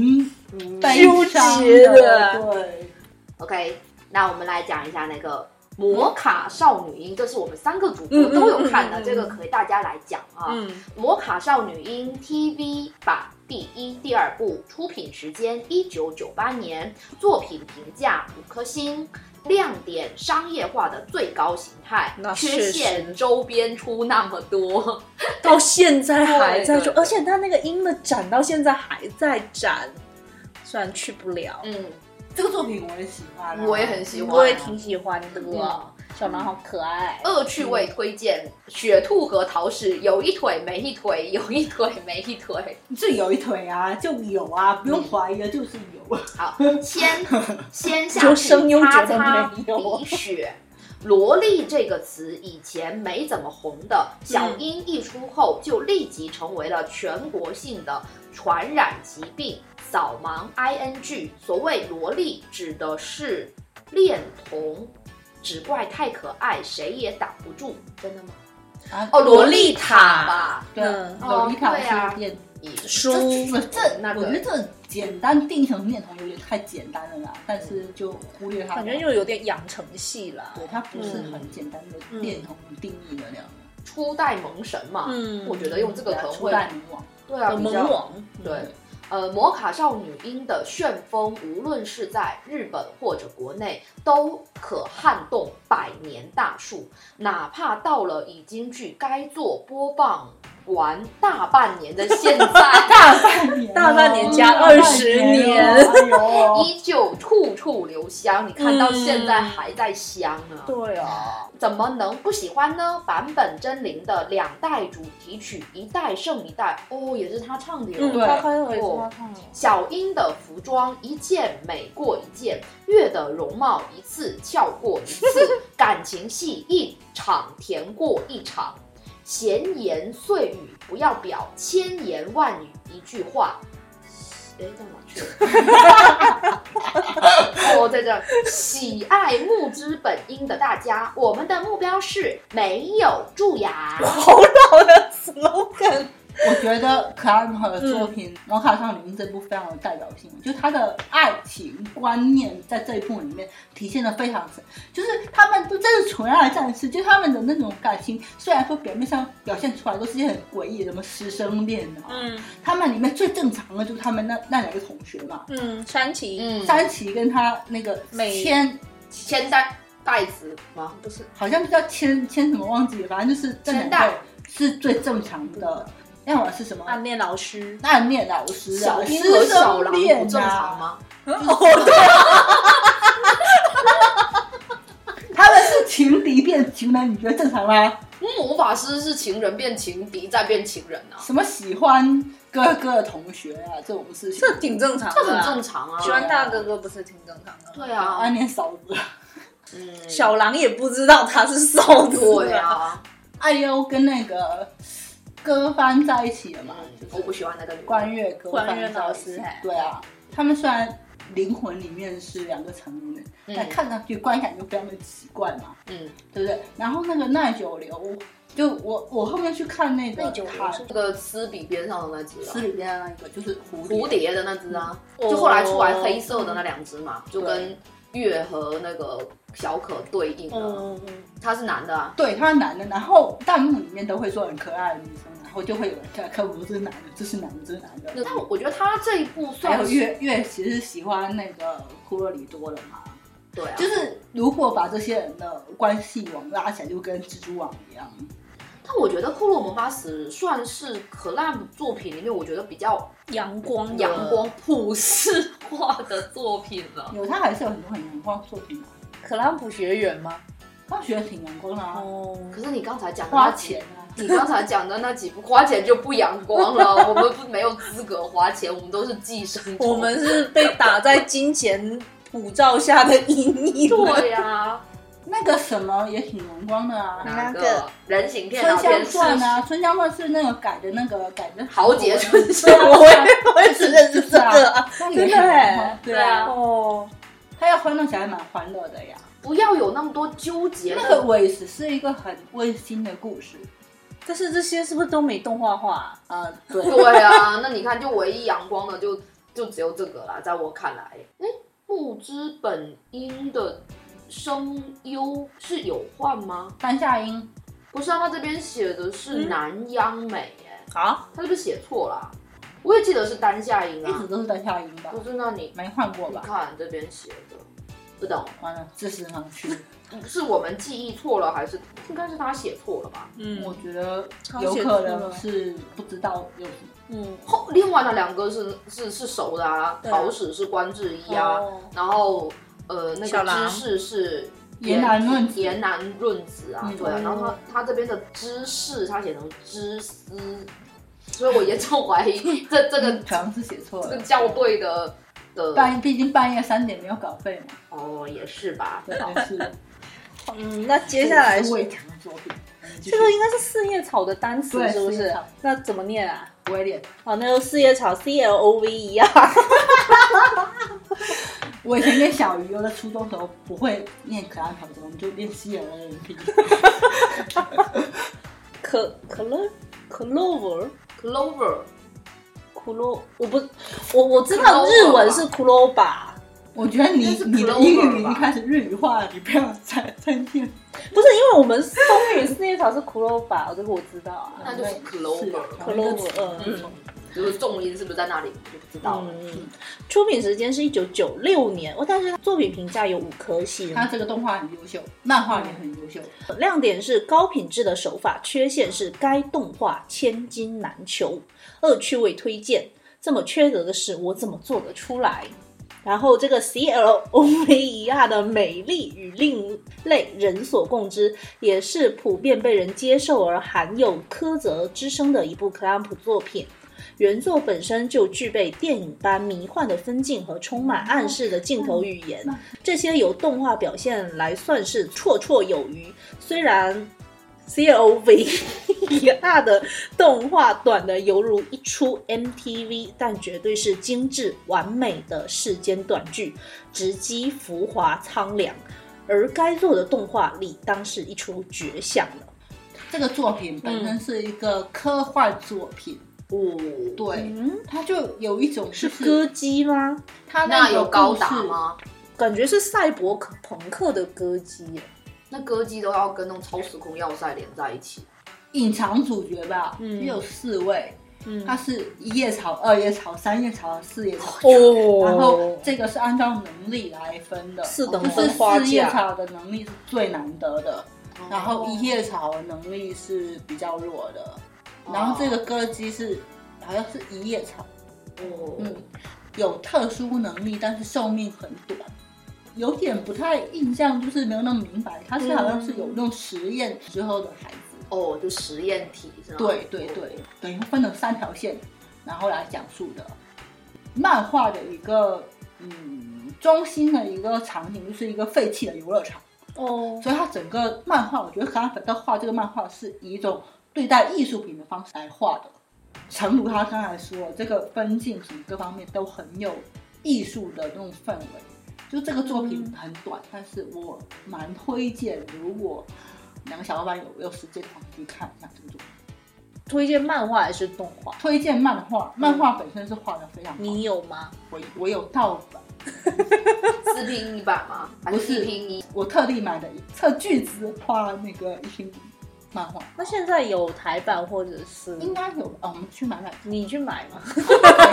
S2: 嗯
S3: 悲伤
S1: 纠结的
S3: 的对，
S2: OK，那我们来讲一下那
S1: 嗯
S2: 个《摩卡少女樱》，这是我们三个主播
S1: 嗯嗯
S2: 都有看的，
S1: 嗯嗯嗯
S2: 这个可以大家来讲啊。
S1: 嗯，
S2: 摩卡少女樱》TV 版第一、第二部，出品时间一九九八年，作品评价五颗星。亮点商业化的最高形态
S1: 那，确
S2: 缺
S1: 实
S2: 陷周边出那么多，
S1: 到现在还在
S2: 对
S1: 做，
S2: 对对
S1: 而且他那个鹰的展到现在还在展，虽然去不了，
S2: 嗯，
S3: 这个作品我也喜欢啊，
S2: 我也很喜欢
S1: 我也挺喜欢的。
S2: 嗯
S1: 小狼好可爱，
S2: 恶趣味推荐：雪兔和桃矢有一腿没一腿，有一腿没一腿。
S3: 就有一腿啊，就有啊，不用怀疑的，就是有。
S2: 好，先先下
S1: 就
S2: 去
S1: 声优
S2: 擦
S1: 觉得
S2: 擦
S1: 没有
S2: 鼻血。萝莉这个词以前没怎么红的，小
S1: 嗯
S2: 樱一出后就立即成为了全国性的传染疾病。扫盲 ing，所谓萝莉指的是恋童，只怪太可爱，谁也挡不住。真的吗？
S3: 啊
S2: 哦，萝莉塔吧，
S3: 对，
S1: 嗯
S3: 洛丽
S2: 哦对啊
S3: 塔书店。
S1: 书
S3: 啊这这
S2: 那个
S3: 我觉得这简单定义成念头有点太简单了啦，但是就忽略它吧。
S1: 感觉又有点养成系了。
S3: 对它不是很简单的念头定义的那样。
S2: 初代萌神嘛，
S1: 嗯
S2: 我觉得用这个可能
S3: 初
S2: 会，
S3: 代女王，
S2: 对啊，
S1: 有
S2: 比
S1: 萌
S2: 较
S1: 王，
S2: 对。 呃，摩卡少女樱的旋风，无论是在日本或者国内，都可撼动百年大树。哪怕到了已经距该做播放完大半年的现 在，
S3: 大半年哦，
S1: 大半年加
S3: 大半
S1: 20年
S3: 哦哎 呦，
S2: 依旧处处留香。你看到现在
S1: 嗯
S2: 还在香呢、
S1: 对啊，
S2: 怎么能不喜欢呢？坂本真绫的两代主题曲《一代胜一代》，哦，也是他唱的哟。
S1: 嗯，
S3: 对
S1: 他开了一
S2: 哦
S1: 次他看了
S2: 小樱的服装一件美过一件，月的容貌一次跳过一次， 感情戏一场甜过一场，闲言碎语不要表，千言万语一句话。哎，到哪去了？ 哦，在这儿。喜爱木之本樱的大家，我们的目标是没有蛀牙。
S1: 好老的 slogan，
S3: 我觉得克拉姆的作品《摩卡少女樱》这部非常有代表性，就她的爱情观念在这一部里面体现的非常深，就是他们都真是纯爱战士，就他们的那种感情，虽然说表面上表现出来都是一些很诡异的什么师生恋啊，
S1: 嗯
S3: 他们里面最正常的就是他们那那两个同学嘛，
S1: 嗯，山崎，
S2: 嗯，
S3: 山崎跟他那个
S1: 美
S3: 千
S2: 千代代子吗？不是，
S3: 好像就叫千千什么忘记了，反正就是这两
S2: 千代
S3: 个是最正常的，要么是什
S2: 啊
S3: 么
S1: 暗恋老师，
S3: 暗恋老师啊，
S2: 小樱
S3: 师
S2: 和
S3: 生
S2: 小狼不
S3: 恋
S2: 正常
S3: 啊，
S2: 吗？
S3: 他们是情敌变情人，你觉得正常吗？
S2: 魔法师是情人变情敌再变情人啊，
S3: 什么喜欢哥哥的同学啊这种事情，
S1: 这挺正常的
S2: 这
S1: 啊，
S2: 很正常啊。
S1: 喜欢大哥哥不是挺正常的吗？
S2: 对啊，
S3: 暗恋嫂子，
S2: 嗯，
S1: 小狼也不知道他是瘦子，
S2: 对啊，
S3: 艾优哎跟那个歌帆在一起了嘛，就是
S2: 嗯我不喜欢那个女的
S3: 关悦歌
S1: 关悦
S3: 帆
S1: 老
S3: 在一
S1: 师
S3: 起
S1: 哎，
S3: 对啊，他们虽然灵魂里面是两个成年人，但看上去观感就非常的奇怪嘛，
S2: 嗯，
S3: 对不对？然后那个耐久流，就我我后面去看那个
S4: 耐久流
S3: 塔
S4: 是
S2: 那个丝笔边上的那只啊
S3: 诗，里面的那个就是蝴
S2: 蝴
S3: 蝶，
S2: 蝶的那只啊，
S1: 哦
S2: 就后来出来黑色的那两只嘛，就
S3: 对
S2: 跟月和那个小可对应啊，
S4: 嗯嗯，
S2: 他是男的啊，
S3: 对，他是男的，然后弹幕里面都会说很可爱的女生，然后就会有人在看，我这是男的，这是男的，这是男的。
S2: 但我觉得他这一部
S3: 还
S2: 算
S3: 有
S2: 是
S3: 月月其实喜欢那个库洛里多了嘛，
S2: 对啊，
S3: 就是如果把这些人的关系网拉起来，就跟蜘蛛网一样。
S2: 但我觉得《库洛魔法使》算是可烂作品里面，我觉得比较
S1: 阳光的
S2: 阳光普世化的作品了。
S3: 有他还是有很多很阳光的作品啊，
S1: 可拉普学员吗？
S3: 他学的挺阳光的啊，
S1: 哦，
S2: 可是你刚才讲的
S3: 花
S2: 那几
S3: 钱啊，
S2: 你刚才讲的那几部花钱就不阳 光了，我们不没有资格花钱，我们都是寄生虫。
S1: 我们是被打在金钱普照下的阴影。
S2: 对呀、
S3: 那个什么也挺阳光的啊。
S2: 哪
S4: 哪
S2: 个
S4: 个
S2: 人形电
S3: 春
S2: 脑
S3: 香
S2: 电视
S3: 传啊，春香传是那个改的那个改的
S2: 豪杰春香
S3: 对啊
S1: 我也我也只认识这
S3: 是
S1: 个啊，
S3: 那里
S1: 真
S3: 面
S1: 的
S3: 很阳
S1: 哎
S3: 光，对
S2: 对
S3: 啊
S2: 啊，
S1: 哦，
S3: 他要欢乐起来蛮欢乐的呀。
S2: 不要有那么多纠结
S3: 那个
S2: 的。
S3: 尾只是一个很温馨的故事，
S1: 但是这些是不是都没动画化啊？
S3: 啊，对，
S2: 对啊，那你看，就唯一阳光的就就只有这个啦，在我看来，哎，木之本樱的声优是有换吗？
S3: 山下英
S2: 不是啊，他这边写的
S3: 嗯
S2: 是南央美，哎、
S1: 啊，
S2: 他是不是写错啦？我也记得是丹下樱
S3: 一直
S2: 啊，
S3: 都是山下英吧
S2: 不，是？那你
S3: 没换过
S2: 你
S3: 吧？
S2: 看这边写的，不懂
S3: 完了，知识盲区，
S2: 是我们记忆错了，还是应该是他写错了吧？
S3: 我
S1: 嗯
S3: 觉得
S1: 他
S3: 有
S1: 写
S3: 可
S1: 错
S3: 能
S1: 了
S3: 是不知道有什么。
S1: 嗯，
S2: 后哦另外那两个是是是熟的啊，
S1: 对
S2: 桃史是关智一啊，
S1: 哦
S2: 然后呃那
S1: 小
S2: 个
S1: 狼
S2: 知识是
S3: 岩南润子
S2: 岩南润子啊，
S3: 嗯
S2: 对啊，
S1: 嗯
S2: 然后他他这边的知识他写成知思，所以我严重怀疑这这
S1: 嗯
S2: 个
S3: 可能是写错
S2: 这个
S3: 了。
S2: 校对的的
S3: 半，毕竟半夜三点没有稿费嘛，
S2: 哦也是吧，
S3: 对，但是
S1: 嗯，那接下来
S3: 是
S1: 是
S3: 魏强的作品，
S1: 这个应该是四叶草的单词
S3: 对
S1: 是不
S3: 四叶
S1: 是
S3: 草？
S1: 那怎么念啊？
S3: 威廉，
S1: 哦，那就四叶草 C L O V E 啊一样。
S3: 我以前跟小鱼，我在初中的时候不会念可爱考中，我们就念 C L N P，
S1: 可可乐可乐文
S2: Clover
S1: 骷髅，我不，我我知道
S2: Clover
S1: 日文是骷髅吧，
S3: 我觉得你
S2: 应该是
S3: 你的
S2: Clover
S3: 英语已
S2: 吧
S3: 经开始日语化了，你不要再再念。
S1: 不是因为我们东语四叶草是骷髅吧，这个我知道啊。
S3: 嗯
S2: 那就是 Clover
S1: 可乐文，嗯
S2: 就是重音是不是在那里我就不知道了。
S1: 嗯，出品时间是一九九六年，哦但是它作品评价有五颗星。
S3: 他这个动画很优秀，漫画也很优秀，
S1: 亮点是高品质的手法，缺陷是该动画千金难求。恶趣味推荐，这么缺德的事我怎么做得出来？然后这个 C L O V E R 的美丽与另类人所共知，也是普遍被人接受而含有苛责之声的一部克拉普作品。原作本身就具备电影般迷幻的分镜和充满暗示的镜头语言，这些由动画表现来算是绰绰有余。虽然 C O V 以下的动画短的犹如一出 MTV，但绝对是精致完美的世间短剧，直击浮华苍凉。而该做的动画理当是一出绝响了。
S3: 这个作品本身是一个科幻作品，
S2: 哦，
S3: 对，
S1: 嗯，
S3: 它就有一种
S1: 是
S3: 就
S1: 歌姬吗？
S3: 它
S2: 那
S3: 个
S2: 有高
S3: 故
S2: 达
S3: 事？
S2: 吗？
S1: 感觉是赛博朋克的歌姬耶。
S2: 那歌姬都要跟那种超时空要塞连在一起，
S3: 隐藏主角吧，
S1: 嗯
S3: 只有四位，
S1: 嗯
S3: 它是一叶草、二叶草、三叶草、四叶草。
S1: 哦
S3: 然后这个是按照能力来分的，
S1: 四等
S3: 就是
S1: 分花
S3: 四叶
S1: 架哦
S3: 草的能力是最难得的，然后一叶草的能力是比较弱的，然后这个歌姬是好像是一叶草，
S2: 哦，
S3: 嗯，有特殊能力，但是寿命很短，有点不太印象，就是没有那么明白。他是好像是有那种实验之后的孩子，
S2: 哦，就实验体是哦吗？
S3: 对对对，等于分了三条线，然后来讲述的漫画的一个嗯中心的一个场景，就是一个废弃的游乐场。
S1: 哦，
S3: 所以它整个漫画，我觉得卡粉在画这个漫画是以一种对待艺术品的方式来画的。诚如他刚才说了，这个分镜什么各方面都很有艺术的那种氛围。就这个作品很短，但是我蛮推荐，如果两个小伙伴有有时间的话，去看一下这个作品。
S1: 推荐漫画还是动画？
S3: 推荐漫画，漫画本身是画的非常好。
S1: 你有吗？
S3: 我我有盗版，
S5: 四拼一版吗？还
S3: 不是
S5: 一拼一？
S3: 我特地买的一册巨资花那个一瓶漫画，
S1: 那现在有台版或者是
S3: 应该有吧？哦，我们去买买。
S1: 你去买吗？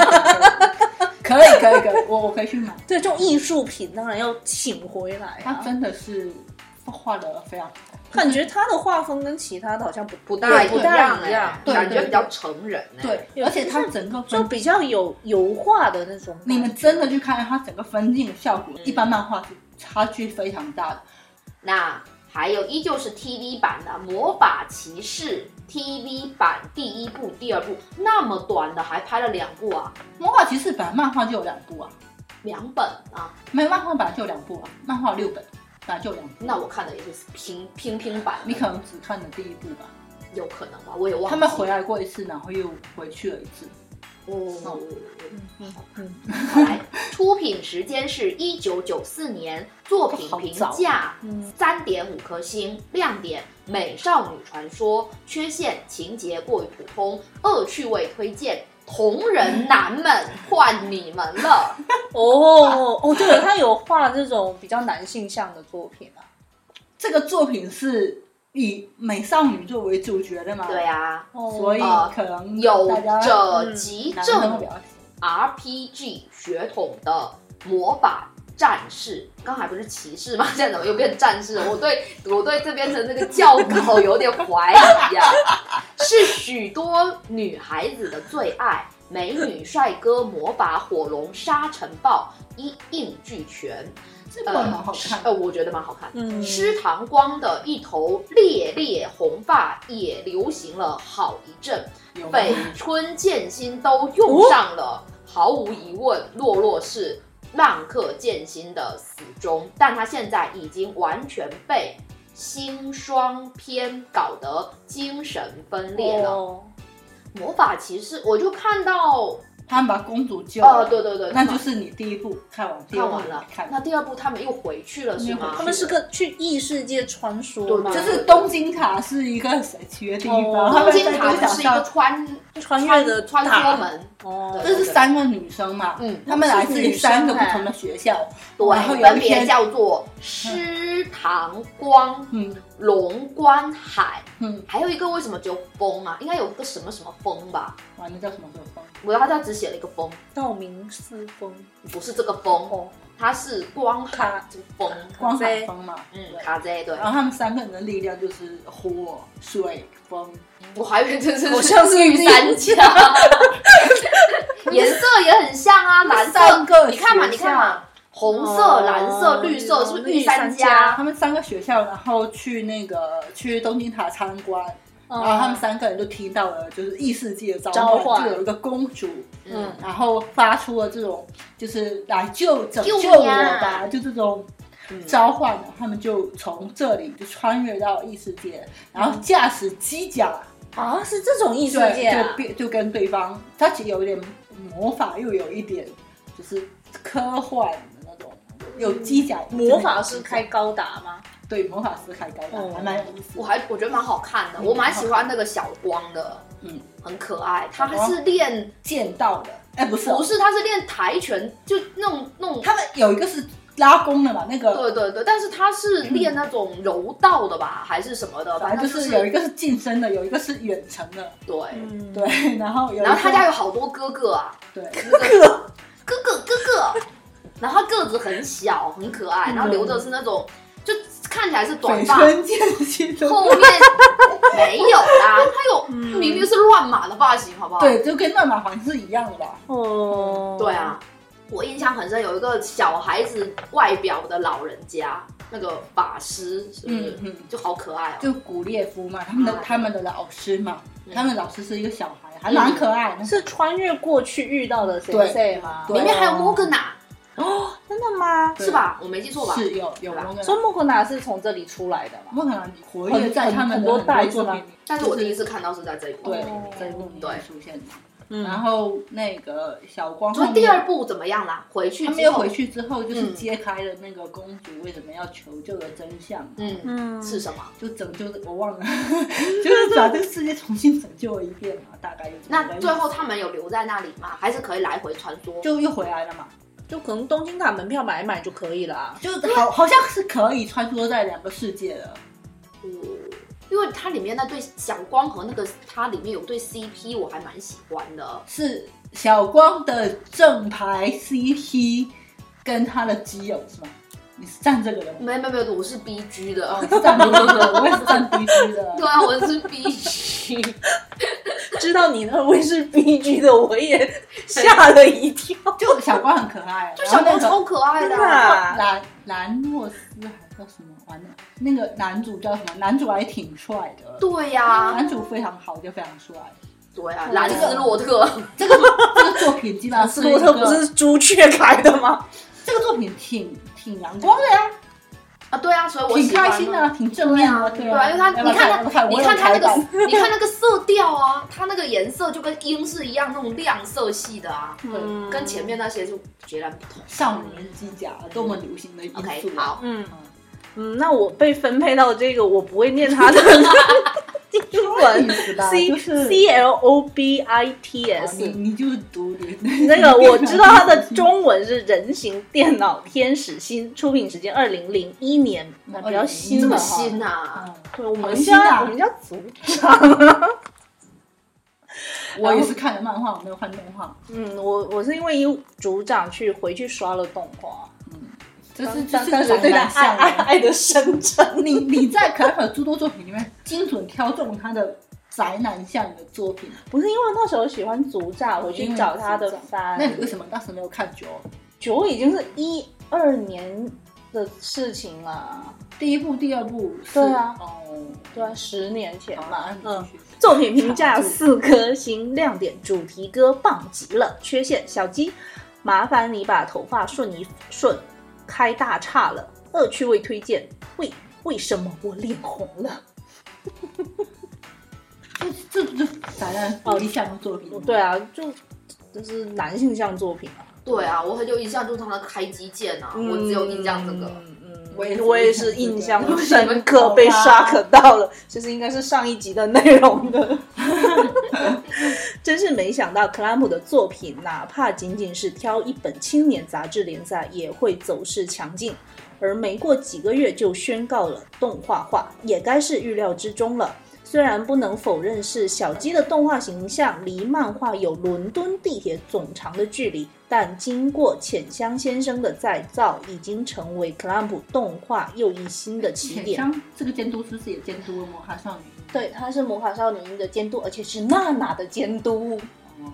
S3: 可以可以可以，我我可以去买。
S1: 对，这种艺术品当然要请回来
S3: 他
S1: 啊。
S3: 真的是画的非常好，
S1: 感觉他的画风跟其他的好像不
S5: 不大
S1: 不
S5: 样
S1: 大
S5: 哎、
S1: 一样，
S3: 对
S5: 感觉
S3: 对
S5: 比较成人哎、
S3: 对，而且他整个
S1: 就
S3: 分，
S1: 比较有油画的那种感觉。
S3: 你们真的去看他整个分镜的效果，一般漫画是差距非常大的。
S2: 那还有依旧是 TV 版的《魔法骑士》TV 版第一部、第二部，那么短的还拍了两部啊，
S3: 魔法骑士本来漫画就有两部啊，
S2: 两本啊。
S3: 没有漫画本来就有两部啊，漫画有六本，本来就有两部。
S2: 那我看的也是拼拼拼版，
S3: 你可能只看了第一部吧，
S2: 有可能吧，我也忘了。
S3: 他们回来过一次，然后又回去了一次。
S2: 哦，
S1: 嗯嗯，
S2: 好来，出品时间是一九九四年，作品评
S3: 好
S2: 价
S1: 嗯
S3: 嗯
S2: 三点五颗星，亮点《美少女传说》，缺陷情节过于普通，恶趣味推荐。同人男们，换你们了！
S1: 哦哦，对，他有画这种比较男性向的作品啊。
S3: 这个作品是以美少女作为主角的嘛？
S2: 对啊，
S1: 哦
S3: 所以
S2: 呃
S3: 可能
S2: 有
S3: 大家
S1: 嗯
S2: 着极
S3: 男生会比
S2: 正
S3: 较
S2: RPG 血统的魔法战士，刚才不是骑士吗？现在怎么又变战士了？我对我对这边的那个教稿有点怀疑啊。是许多女孩子的最爱，美女、帅哥、魔法、火龙、沙尘暴一应俱全。
S3: 这本蛮好看的。
S2: 呃，我觉得蛮好看。
S1: 嗯
S2: 吃糖光的一头烈烈红发也流行了好一阵，
S3: 有吗
S2: 北村剑心都用上了，毫无疑问，洛洛是浪客剑心的死忠，但他现在已经完全被星霜篇搞得精神分裂了。
S1: 哦
S2: 魔法骑士，我就看到，
S3: 他们把公主救
S2: 哦，
S3: 了，
S2: 对对对，
S3: 那就是你第一部看完，第二
S2: 看
S3: 部
S2: 完
S3: 你
S2: 了，
S3: 看
S2: 那第二部他们又回去了是
S3: 又回
S2: 吗？
S3: 去
S1: 他们是个去异世界穿梭
S2: 对
S1: 嘛，
S2: 吗
S3: 就是东京塔是一个谁去的地
S1: 哦
S3: 方，他
S2: 东
S3: 们
S2: 京
S3: 在
S2: 塔
S3: 东
S2: 就
S3: 京
S2: 是一
S3: 上，
S2: 个穿
S1: 穿越的
S2: 穿梭
S1: 塔
S2: 门，
S1: 哦，
S3: 这是三个女生嘛，
S2: 嗯
S3: 他们来自于三个不同的学校，然后
S2: 对，
S3: 有
S2: 分
S3: 一
S2: 别
S3: 天，
S2: 叫做狮塘光、
S3: 嗯
S2: 龙观海，
S3: 嗯，
S2: 还有一个为什么只有风啊？应该有个什么什么风吧？
S3: 完了叫什么时候放？
S2: 我他他只写了一个风，
S1: 道明寺风
S2: 不是这个风，
S1: 哦，
S2: 它是光海这个风，
S3: 光海风嘛，
S2: 嗯，
S3: 对
S2: 卡 Z 对
S3: 然。后他们三个人的力量就是火、水、风，
S2: 我还以为 这是
S1: 好像是
S2: 御三家， 颜色也很像啊，蓝色
S3: 三，个
S2: 你看嘛，
S3: 学
S2: 你
S3: 校
S2: 看嘛，红色、蓝色、绿色，是不是御三家？
S3: 他们三个学校，然后去那个去东京塔参观，然后他们三个人就听到了就是异世界的召
S1: 嗯召唤
S3: 唤，就有一个公主，
S2: 嗯，
S3: 然后发出了这种就是来救拯
S2: 救
S3: 救
S1: 啊
S2: 我
S3: 我
S2: 呀
S3: 吧，就这种
S2: 嗯
S3: 召唤，他们就从这里就穿越到异世界，然
S1: 嗯
S3: 后驾驶机甲，
S1: 啊，是这种异世界
S3: 对，就
S1: 啊，
S3: 变就跟对方，它其实有一点魔法，又有一点就是科幻的那种，有机甲，
S1: 魔法师开高达吗？
S3: 对魔法师开高达，
S1: 哦
S3: 还蛮有意思
S2: 我
S3: 的。
S2: 还我觉得蛮好看的，我蛮喜欢那个小光的，
S3: 嗯，
S2: 很可爱。他还是练
S3: 见到的，哎，不是哦，
S2: 不是，他是练跆拳，就那种那种。
S3: 他们有一个是拉弓的嘛，那个
S2: 对对对，但是他是练那种柔道的吧，还是什么的？
S3: 嗯反
S2: 反
S3: 正
S2: 正
S3: 就是是有一个是近身的，有一个是远程的，
S2: 对。
S1: 嗯，
S3: 对，然后有一个
S2: 然后他家有好多哥哥啊，
S3: 对，
S2: 哥哥哥哥哥哥，然后他个子很小，很可
S3: 嗯
S2: 爱，然后留的是那种，就看起来是短
S3: 北
S2: 发，
S3: 村剑心的，
S2: 后面没有啦，他有明明是乱码的发型，好不
S3: 嗯
S2: 好？
S3: 对，就跟乱马环是一样的吧？
S1: 哦，
S2: 对啊，我印象很深，有一个小孩子外表的老人家，那个法师，是不是？
S3: 嗯嗯
S2: 就好可爱哦。
S3: 就古列夫嘛，他们的
S2: 啊嗯
S3: 他们的老师嘛，他们的老师是一个小孩，还蛮可爱的。
S1: 是穿越过去遇到的谁谁吗？
S3: 对啊
S2: 里面还有摩根娜，
S1: 哦，真的吗？
S3: 对
S2: 是吧？我没记错吧？
S3: 是有有
S2: 对吧
S3: 那个
S1: 所以莫可娜是从这里出来的嘛？
S3: 莫可能活跃在他们
S1: 很很
S3: 的
S1: 多代
S3: 很
S1: 是
S3: 作
S1: 吧
S3: 品里，
S2: 但是我第一次看到是在这一部。
S3: 对
S1: 哦
S3: 在部里
S2: 对
S3: 面出现的。
S1: 嗯
S3: 然后那个小光后
S2: 所以
S3: 面，
S2: 第二部怎么样啦？回去
S3: 他们
S2: 之
S3: 又
S2: 后，
S3: 回去之后，就是
S2: 嗯
S3: 揭开了那个公主为什么要求救的真相，
S2: 嗯，
S1: 嗯
S2: 是什么？
S3: 就拯救我忘 了，就是把这个世界重新拯救了一遍嘛，大概就这么个
S2: 那
S3: 意思
S2: 最后他们有留在那里吗？还是可以来回穿梭？
S3: 就又回来了嘛，
S1: 就可能东京塔门票买一买就可以了啊。
S3: 就好好像是可以穿梭在两个世界的。
S2: 嗯因为它里面那对小光和那个，它里面有对 CP，我还蛮喜欢的。
S3: 是小光的正牌 CP 跟他的基友是吗？你是站这个的吗？
S2: 没没没， 我是 BG
S3: 哦，
S2: 的
S3: 你，是站 B 区的，我也是站 B 区的。
S2: 对啊，我是 BG，
S1: 知道你那位是 B G 的，我也 吓了一跳。
S3: 就小光很可爱，
S2: 就小
S3: 然
S2: 光
S3: 后
S2: 超可爱的
S1: 真的
S2: 啊。
S1: 啊
S3: 兰兰诺斯还叫什么？完了，那个男主叫什么？男主还挺帅的，
S2: 对啊呀，
S3: 男主非常好，就非常帅。
S2: 对呀，兰斯洛特，
S3: 这 个这个作品基本上是
S1: 斯洛特
S3: 一
S1: 不
S3: 个
S1: 是朱雀开的吗？
S3: 这个作品挺挺阳光的呀，
S2: 啊，对啊，所以我
S3: 挺
S2: 喜欢
S3: 开心的啊，挺正面的啊，对
S2: 对啊，因为他你看他，你看他那个，你看那个色调啊，他那个颜色就跟英式一样，那种亮色系的啊，
S3: 个
S1: 嗯
S2: 跟前面那些就截然不同。
S3: 少年机甲多么流行的因
S2: OK，
S3: 素啊！
S2: 好，
S1: 嗯嗯，那我被分配到这个，我不会念它的 英文
S3: 意思吧就
S1: C
S3: 是
S1: C L O B I T
S3: 好你
S1: S。
S3: 啊你就是读 你
S1: 那个 我知道它的中文是人形电脑天使心，出品时间二零零一年，那比较
S3: 这
S1: 新
S2: 这
S1: 了
S2: 么
S1: 哈。
S2: 新呐、
S3: 啊，
S1: 对，我
S3: 好
S1: 们
S3: 新啊
S1: 家我们家组长。
S3: 我也是看了漫画，我没有看动画。
S1: 嗯，我我是因为一组长去回去刷了动画，
S3: 这是这
S1: 但
S3: 是
S1: 但是
S3: 长
S1: 对
S3: 得
S1: 他爱
S3: 像
S1: 爱
S3: 的。哎
S1: 爱的深沉。
S3: 你你在可爱可诸多作品里面精准挑中他的宅男向的作品，
S1: 不是因为那时候喜欢组长，回去找他的番。
S3: 那你为什么当时没有看九？
S1: 九已经是一二年的事情了，
S3: 第一部、第二部是
S1: 对啊
S3: 哦，
S1: 对啊，十年前
S3: 好
S1: 嘛
S3: 吧，，
S1: 嗯
S3: 嗯。，
S1: 作品评价四颗星，亮点主题歌棒极了，缺陷小鸡，麻烦你把头发顺一顺，开大叉了。恶趣味推荐，为为什么我脸红了？
S3: 这这不是宅男福利向的作品吗？
S1: 哦对啊，就就是男性向作品啊。
S2: 对啊，我很有印象，就是他那个开机键啊，我只有印象这个。
S1: 嗯嗯
S3: 我也是
S1: 我也是印象深
S3: 好
S1: 刻，
S3: 吧
S1: 被刷
S3: 啊
S1: 可到了。其实应该是上一集的内容 的，真是没想到克拉姆的作品，哪怕仅仅是挑一本青年杂志连载，也会走势强劲。而没过几个月就宣告了动画化，也该是预料之中了。虽然不能否认是小鸡的动画形象离漫画有伦敦地铁总长的距离，但经过浅香先生的再造，已经成为 clamp 动画又一新的起
S3: 浅
S1: 点。
S3: 香这个监督是不是也监督了《魔法少女》？
S1: 对，他是魔法少女樱的监督，而且是娜娜的监督。
S3: 哦，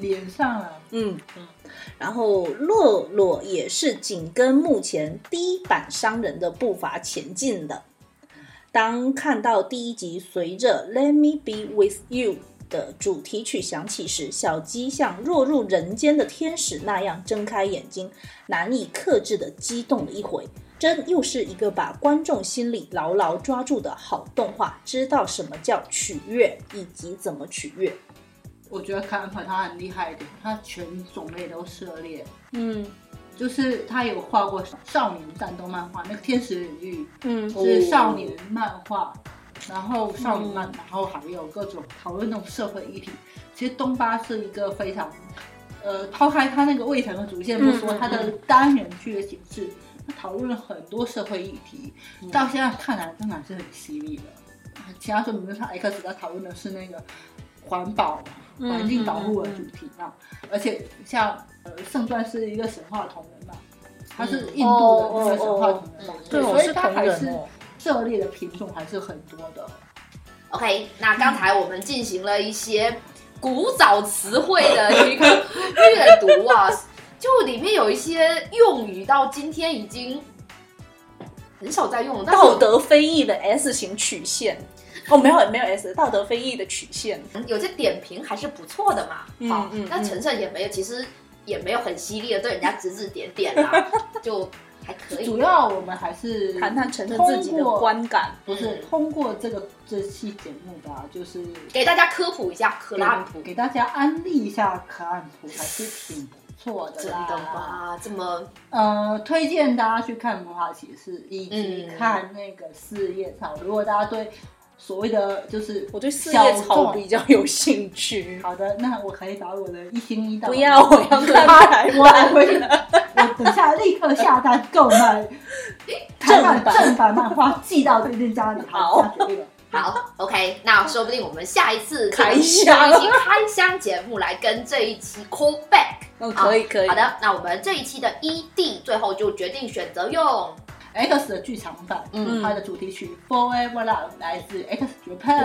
S3: 脸上啊，
S1: 嗯嗯，然后洛洛也是紧跟目前低板商人的步伐前进的。当看到第一集随着《Let Me Be With You》的主题曲响起时，小鸡像落入人间的天使那样睁开眼睛，难以克制的激动了一回。真又是一个把观众心里牢牢抓住的好动画，知道什么叫取悦以及怎么取悦。
S3: 我觉得凯恩他很厉害一点，他全种类都涉猎，
S1: 嗯
S3: 就是他有画过少年战斗漫画，那个《天使领域
S1: 嗯》
S3: 是少年漫画，然后少年漫，然后还有各种讨论那种社会议题。其实东巴是一个非常，呃，抛开他那个未成的主线不说，他的单元剧的形式，他讨论了很多社会议题，
S1: 嗯
S3: 到现在看来真的是很犀利的。其他作品就是他 X 他讨论的是那个环保嘛、
S1: 嗯
S3: 环境保护的主题嘛，而且像呃圣传是一个神话同人嘛，他是印度的那
S1: 哦
S3: 个神话同人嘛，
S1: 对，我
S3: 所以
S1: 是
S3: 他
S1: 同
S3: 还
S1: 人
S3: 是
S1: 哦。
S3: 涉猎的品种还是很多的。
S2: OK，那刚才我们进行了一些古早词汇的一个阅读 啊，就里面有一些用语到今天已经
S5: 很少在用了。但是
S1: 道德非议的 S 型曲线。哦，没有没有 S，道德非议的曲线。
S2: 有些点评还是不错的嘛。
S1: 嗯
S2: 好，
S1: 嗯
S2: 那
S1: 嗯
S2: 陈胜也没有，其实也没有很犀利的对人家指指点点 啦，就还可以。
S3: 主要我们还是
S1: 谈谈陈胜自己的观感。
S3: 不是
S2: 嗯
S3: 通过这个这期节目吧，就是
S2: 给大家科普一下克拉姆普，
S3: 给大家安利一下可兰普，还是挺不错的
S2: 真
S3: 啦。
S2: 的？
S1: 啊
S2: 吗？这么
S3: 呃，推荐大家去看《魔法骑士》，以及
S2: 嗯
S3: 看那个《四叶草》。如果大家对所谓的就是
S1: 我对四
S3: 小
S1: 叶草
S3: 众
S1: 比较有兴趣。
S3: 好的，那我可以把我的一星一到
S1: 不要，我 要看台
S3: 我来
S1: 湾。
S3: 回，我等下立刻下单购买台
S1: 正
S3: 版
S1: 版
S3: 正版漫画，寄到对面家里。
S1: 好
S3: 下决定了。
S2: 好，OK，那说不定我们下一次
S1: 开
S2: 箱
S1: 箱
S2: 一期开箱节目来跟这一期 call back。
S1: 嗯， 可以可以。
S2: 好，的，那我们这一期的 ED 最后就决定选择用
S3: X 的剧场版，
S2: 嗯
S3: 嗯，它的主题曲《Forever Love》来自 X Japan，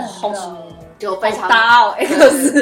S1: 哇 好
S3: 的
S2: 就非
S1: 好
S2: 常
S1: 搭哦，X。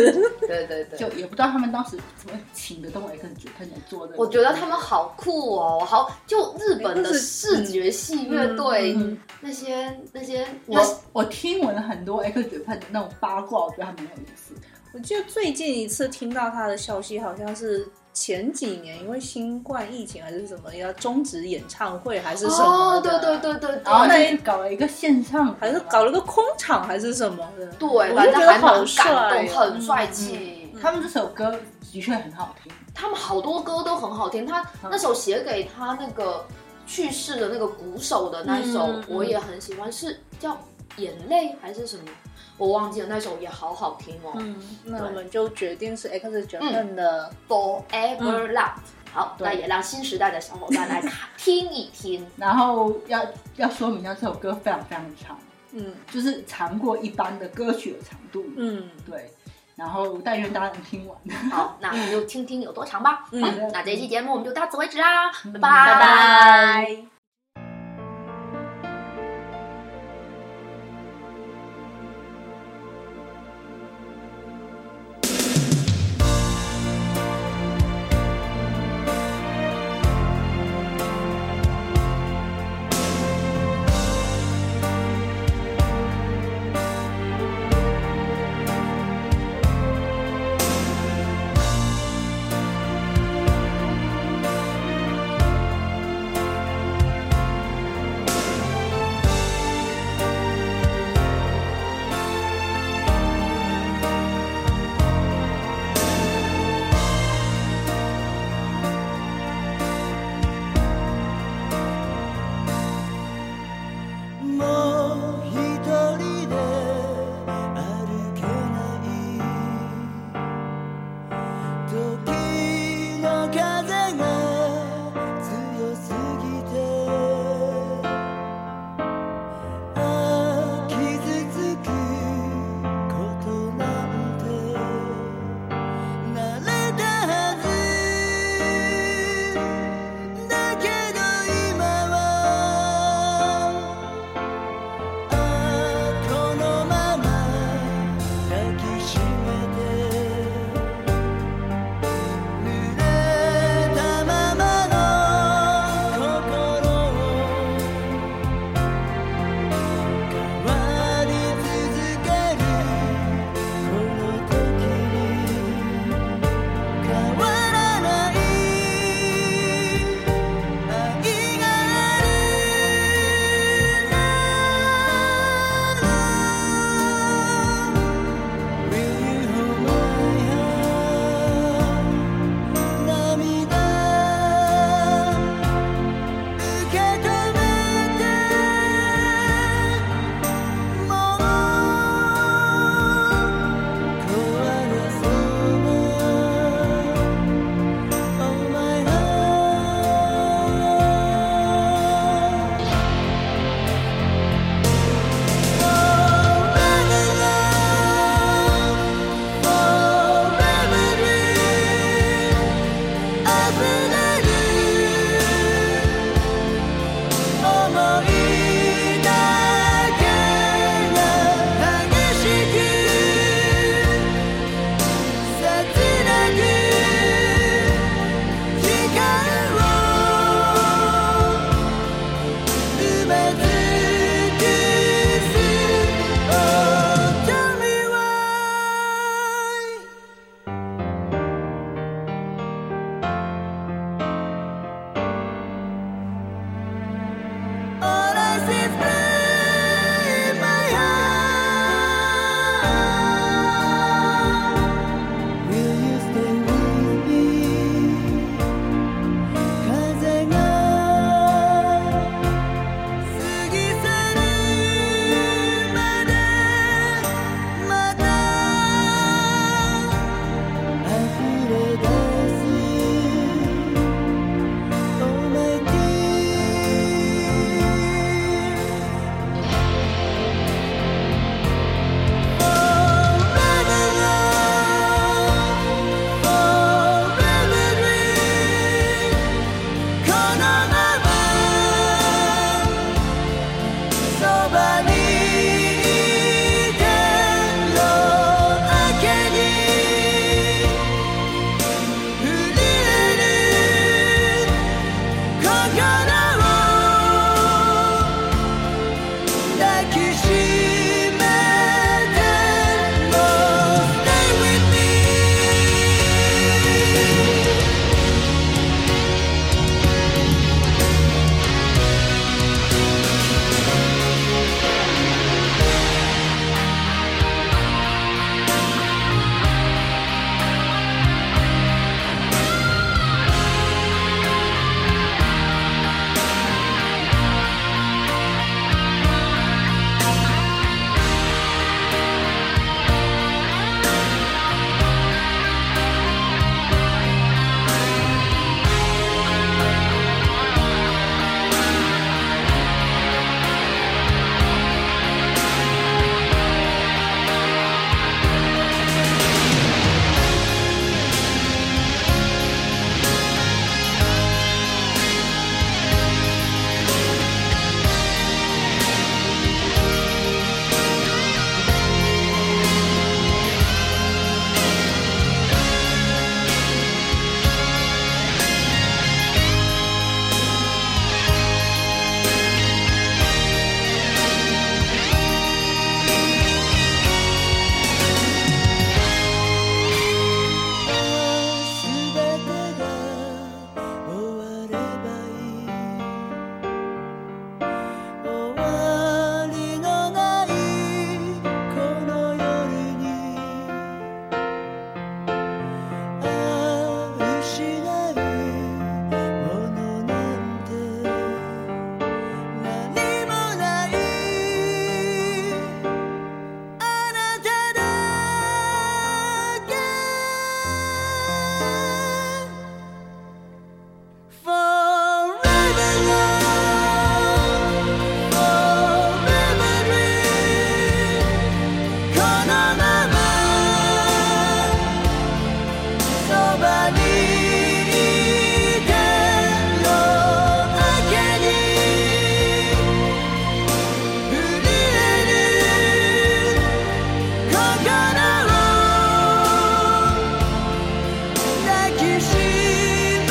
S5: 对对对，
S3: 就也不知道他们当时怎么请得动 X Japan 来做的。
S2: 我觉得他们好酷哦，好就日本的视觉系乐队、
S3: 嗯
S2: 那些那些那
S3: 我我听闻了很多 X Japan 的那种八卦，我觉得还蛮有意思的。
S1: 我记得最近一次听到他的消息，好像是前几年，因为新冠疫情还是什么，要终止演唱会还是什么哦
S2: 哦，
S1: 的
S2: 对对对对
S3: 然后
S2: 对。
S3: 那搞了一个线上，
S1: 还是搞了个空场还是什么的。
S2: 对，
S1: 就
S2: 反正
S1: 觉
S2: 还
S1: 得
S2: 蛮
S1: 好
S2: 感
S1: 帅
S2: 动，
S1: 哦
S2: 很帅气。
S3: 嗯他们这首歌的确很好听，
S2: 他们好多歌都很好听，他那首写给他那个去世的那个鼓手的那一首，
S1: 嗯嗯
S2: 我也很喜欢，是叫《眼泪》还是什么？我忘记了，那首也好好听哦。
S1: 嗯，那我们就决定是 X 九 n 的
S2: Forever Love，、好，
S3: 对
S2: 那也让新时代的小伙伴来看听一听。
S3: 然后要要说明一下这首歌非常非常长，
S1: 嗯
S3: 就是长过一般的歌曲的长度。
S1: 嗯，
S3: 对，然后但愿大家能听完。
S2: 好，那我们就听听有多长吧。
S1: 嗯
S2: 好那这期节目我们就到此为止啦，拜
S3: 拜
S1: 拜。
S6: 「きしめても Stay with me すべてが終わればいい終わりのないこの夜にああ失いものなんて何もないあなただけ Forever love, forever dream. このままそばにいて夜明けに降りれる心を抱きしめ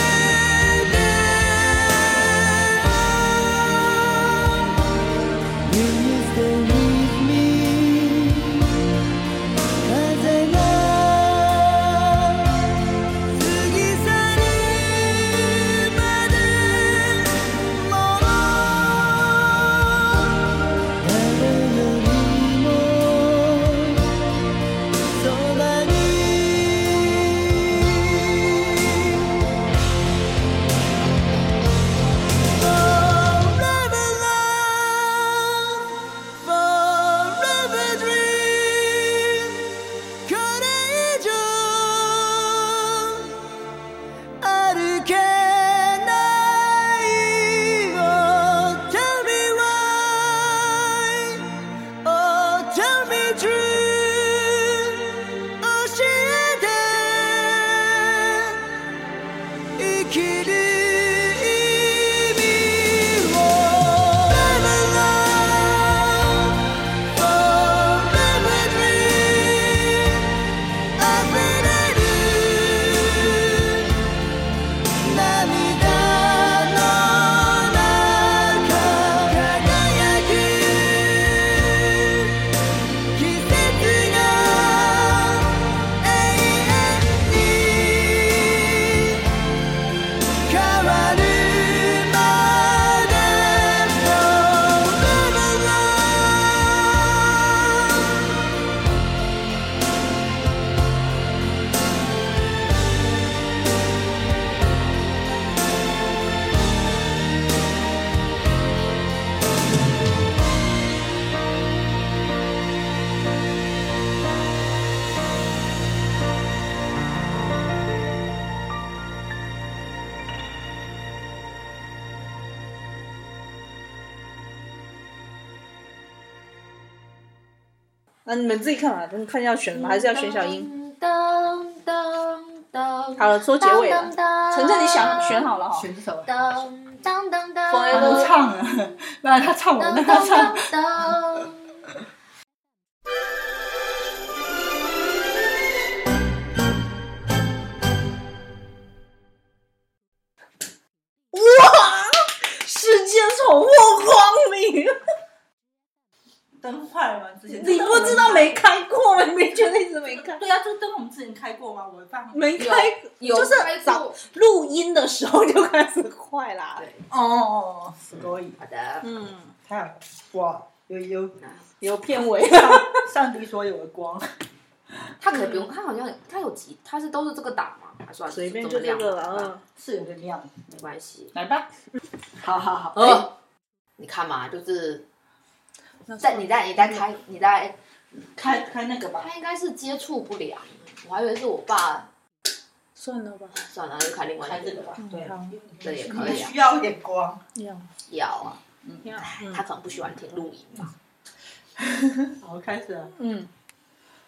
S6: て「風が過ぎ去るまでもう誰よりもそばに」Forever love, forever dream. これ以上歩けない。Oh, tell me why. Oh, tell me true. 教えて。生きる意味を Forever love, forever dream 溢れる涙の中輝く季節が永遠に変わるまで Forever love
S7: 那、你们自己看
S1: 啊
S7: 吧，你们看要选什
S1: 嗯
S7: 么，还是要选小樱？
S2: 当当当
S7: 好了，说结尾了。晨
S2: 晨
S7: 晨，你想选好了哈？
S3: 选这首，
S2: 当当当当
S3: 他不唱啊，不然他唱我
S2: 当
S3: 那他
S2: 当
S3: 唱
S2: 当。当。
S7: 哇，世界宠物光明。
S3: 灯坏了吗？之前
S1: 你不知道没开过吗？你没觉得一直没开？
S3: 对啊，这灯我们之前开过吗？我放
S1: 没开，
S2: 有
S1: 就是
S2: 开
S1: 早
S2: 过。
S1: 录音的时候就开始坏啦。
S2: 对，
S3: 哦哦哦，すごい，
S2: 好的，
S1: 嗯，
S3: 太好了，哇，有有
S1: 有片尾
S3: 上帝所有的光，
S2: 他可能
S3: 嗯
S2: 不用，他好像他有几，他是都是这个档嘛，还算
S1: 随便就
S2: 这么
S1: 这
S2: 亮
S1: 个
S2: 嘛
S1: 了。嗯
S3: 是有点亮，
S2: 没关系。
S3: 来吧，好好好，哎
S2: 呃，你看嘛，就是
S1: 嗯，
S2: 在你在你在开你在，
S3: 开开那个吧，
S2: 他应该是接触不良，我还以为是我爸，
S1: 算了吧，
S2: 算了，就开另外
S3: 开
S2: 一
S3: 这个
S2: 个，
S3: 吧，对，
S2: 这也
S3: 你
S2: 可
S3: 们
S2: 以啊，
S3: 嗯需要一点光，
S1: 要
S2: 要啊，
S1: 要，
S3: 嗯
S2: 他可能不喜欢听录音吧。
S3: 好，开始了，
S1: 嗯，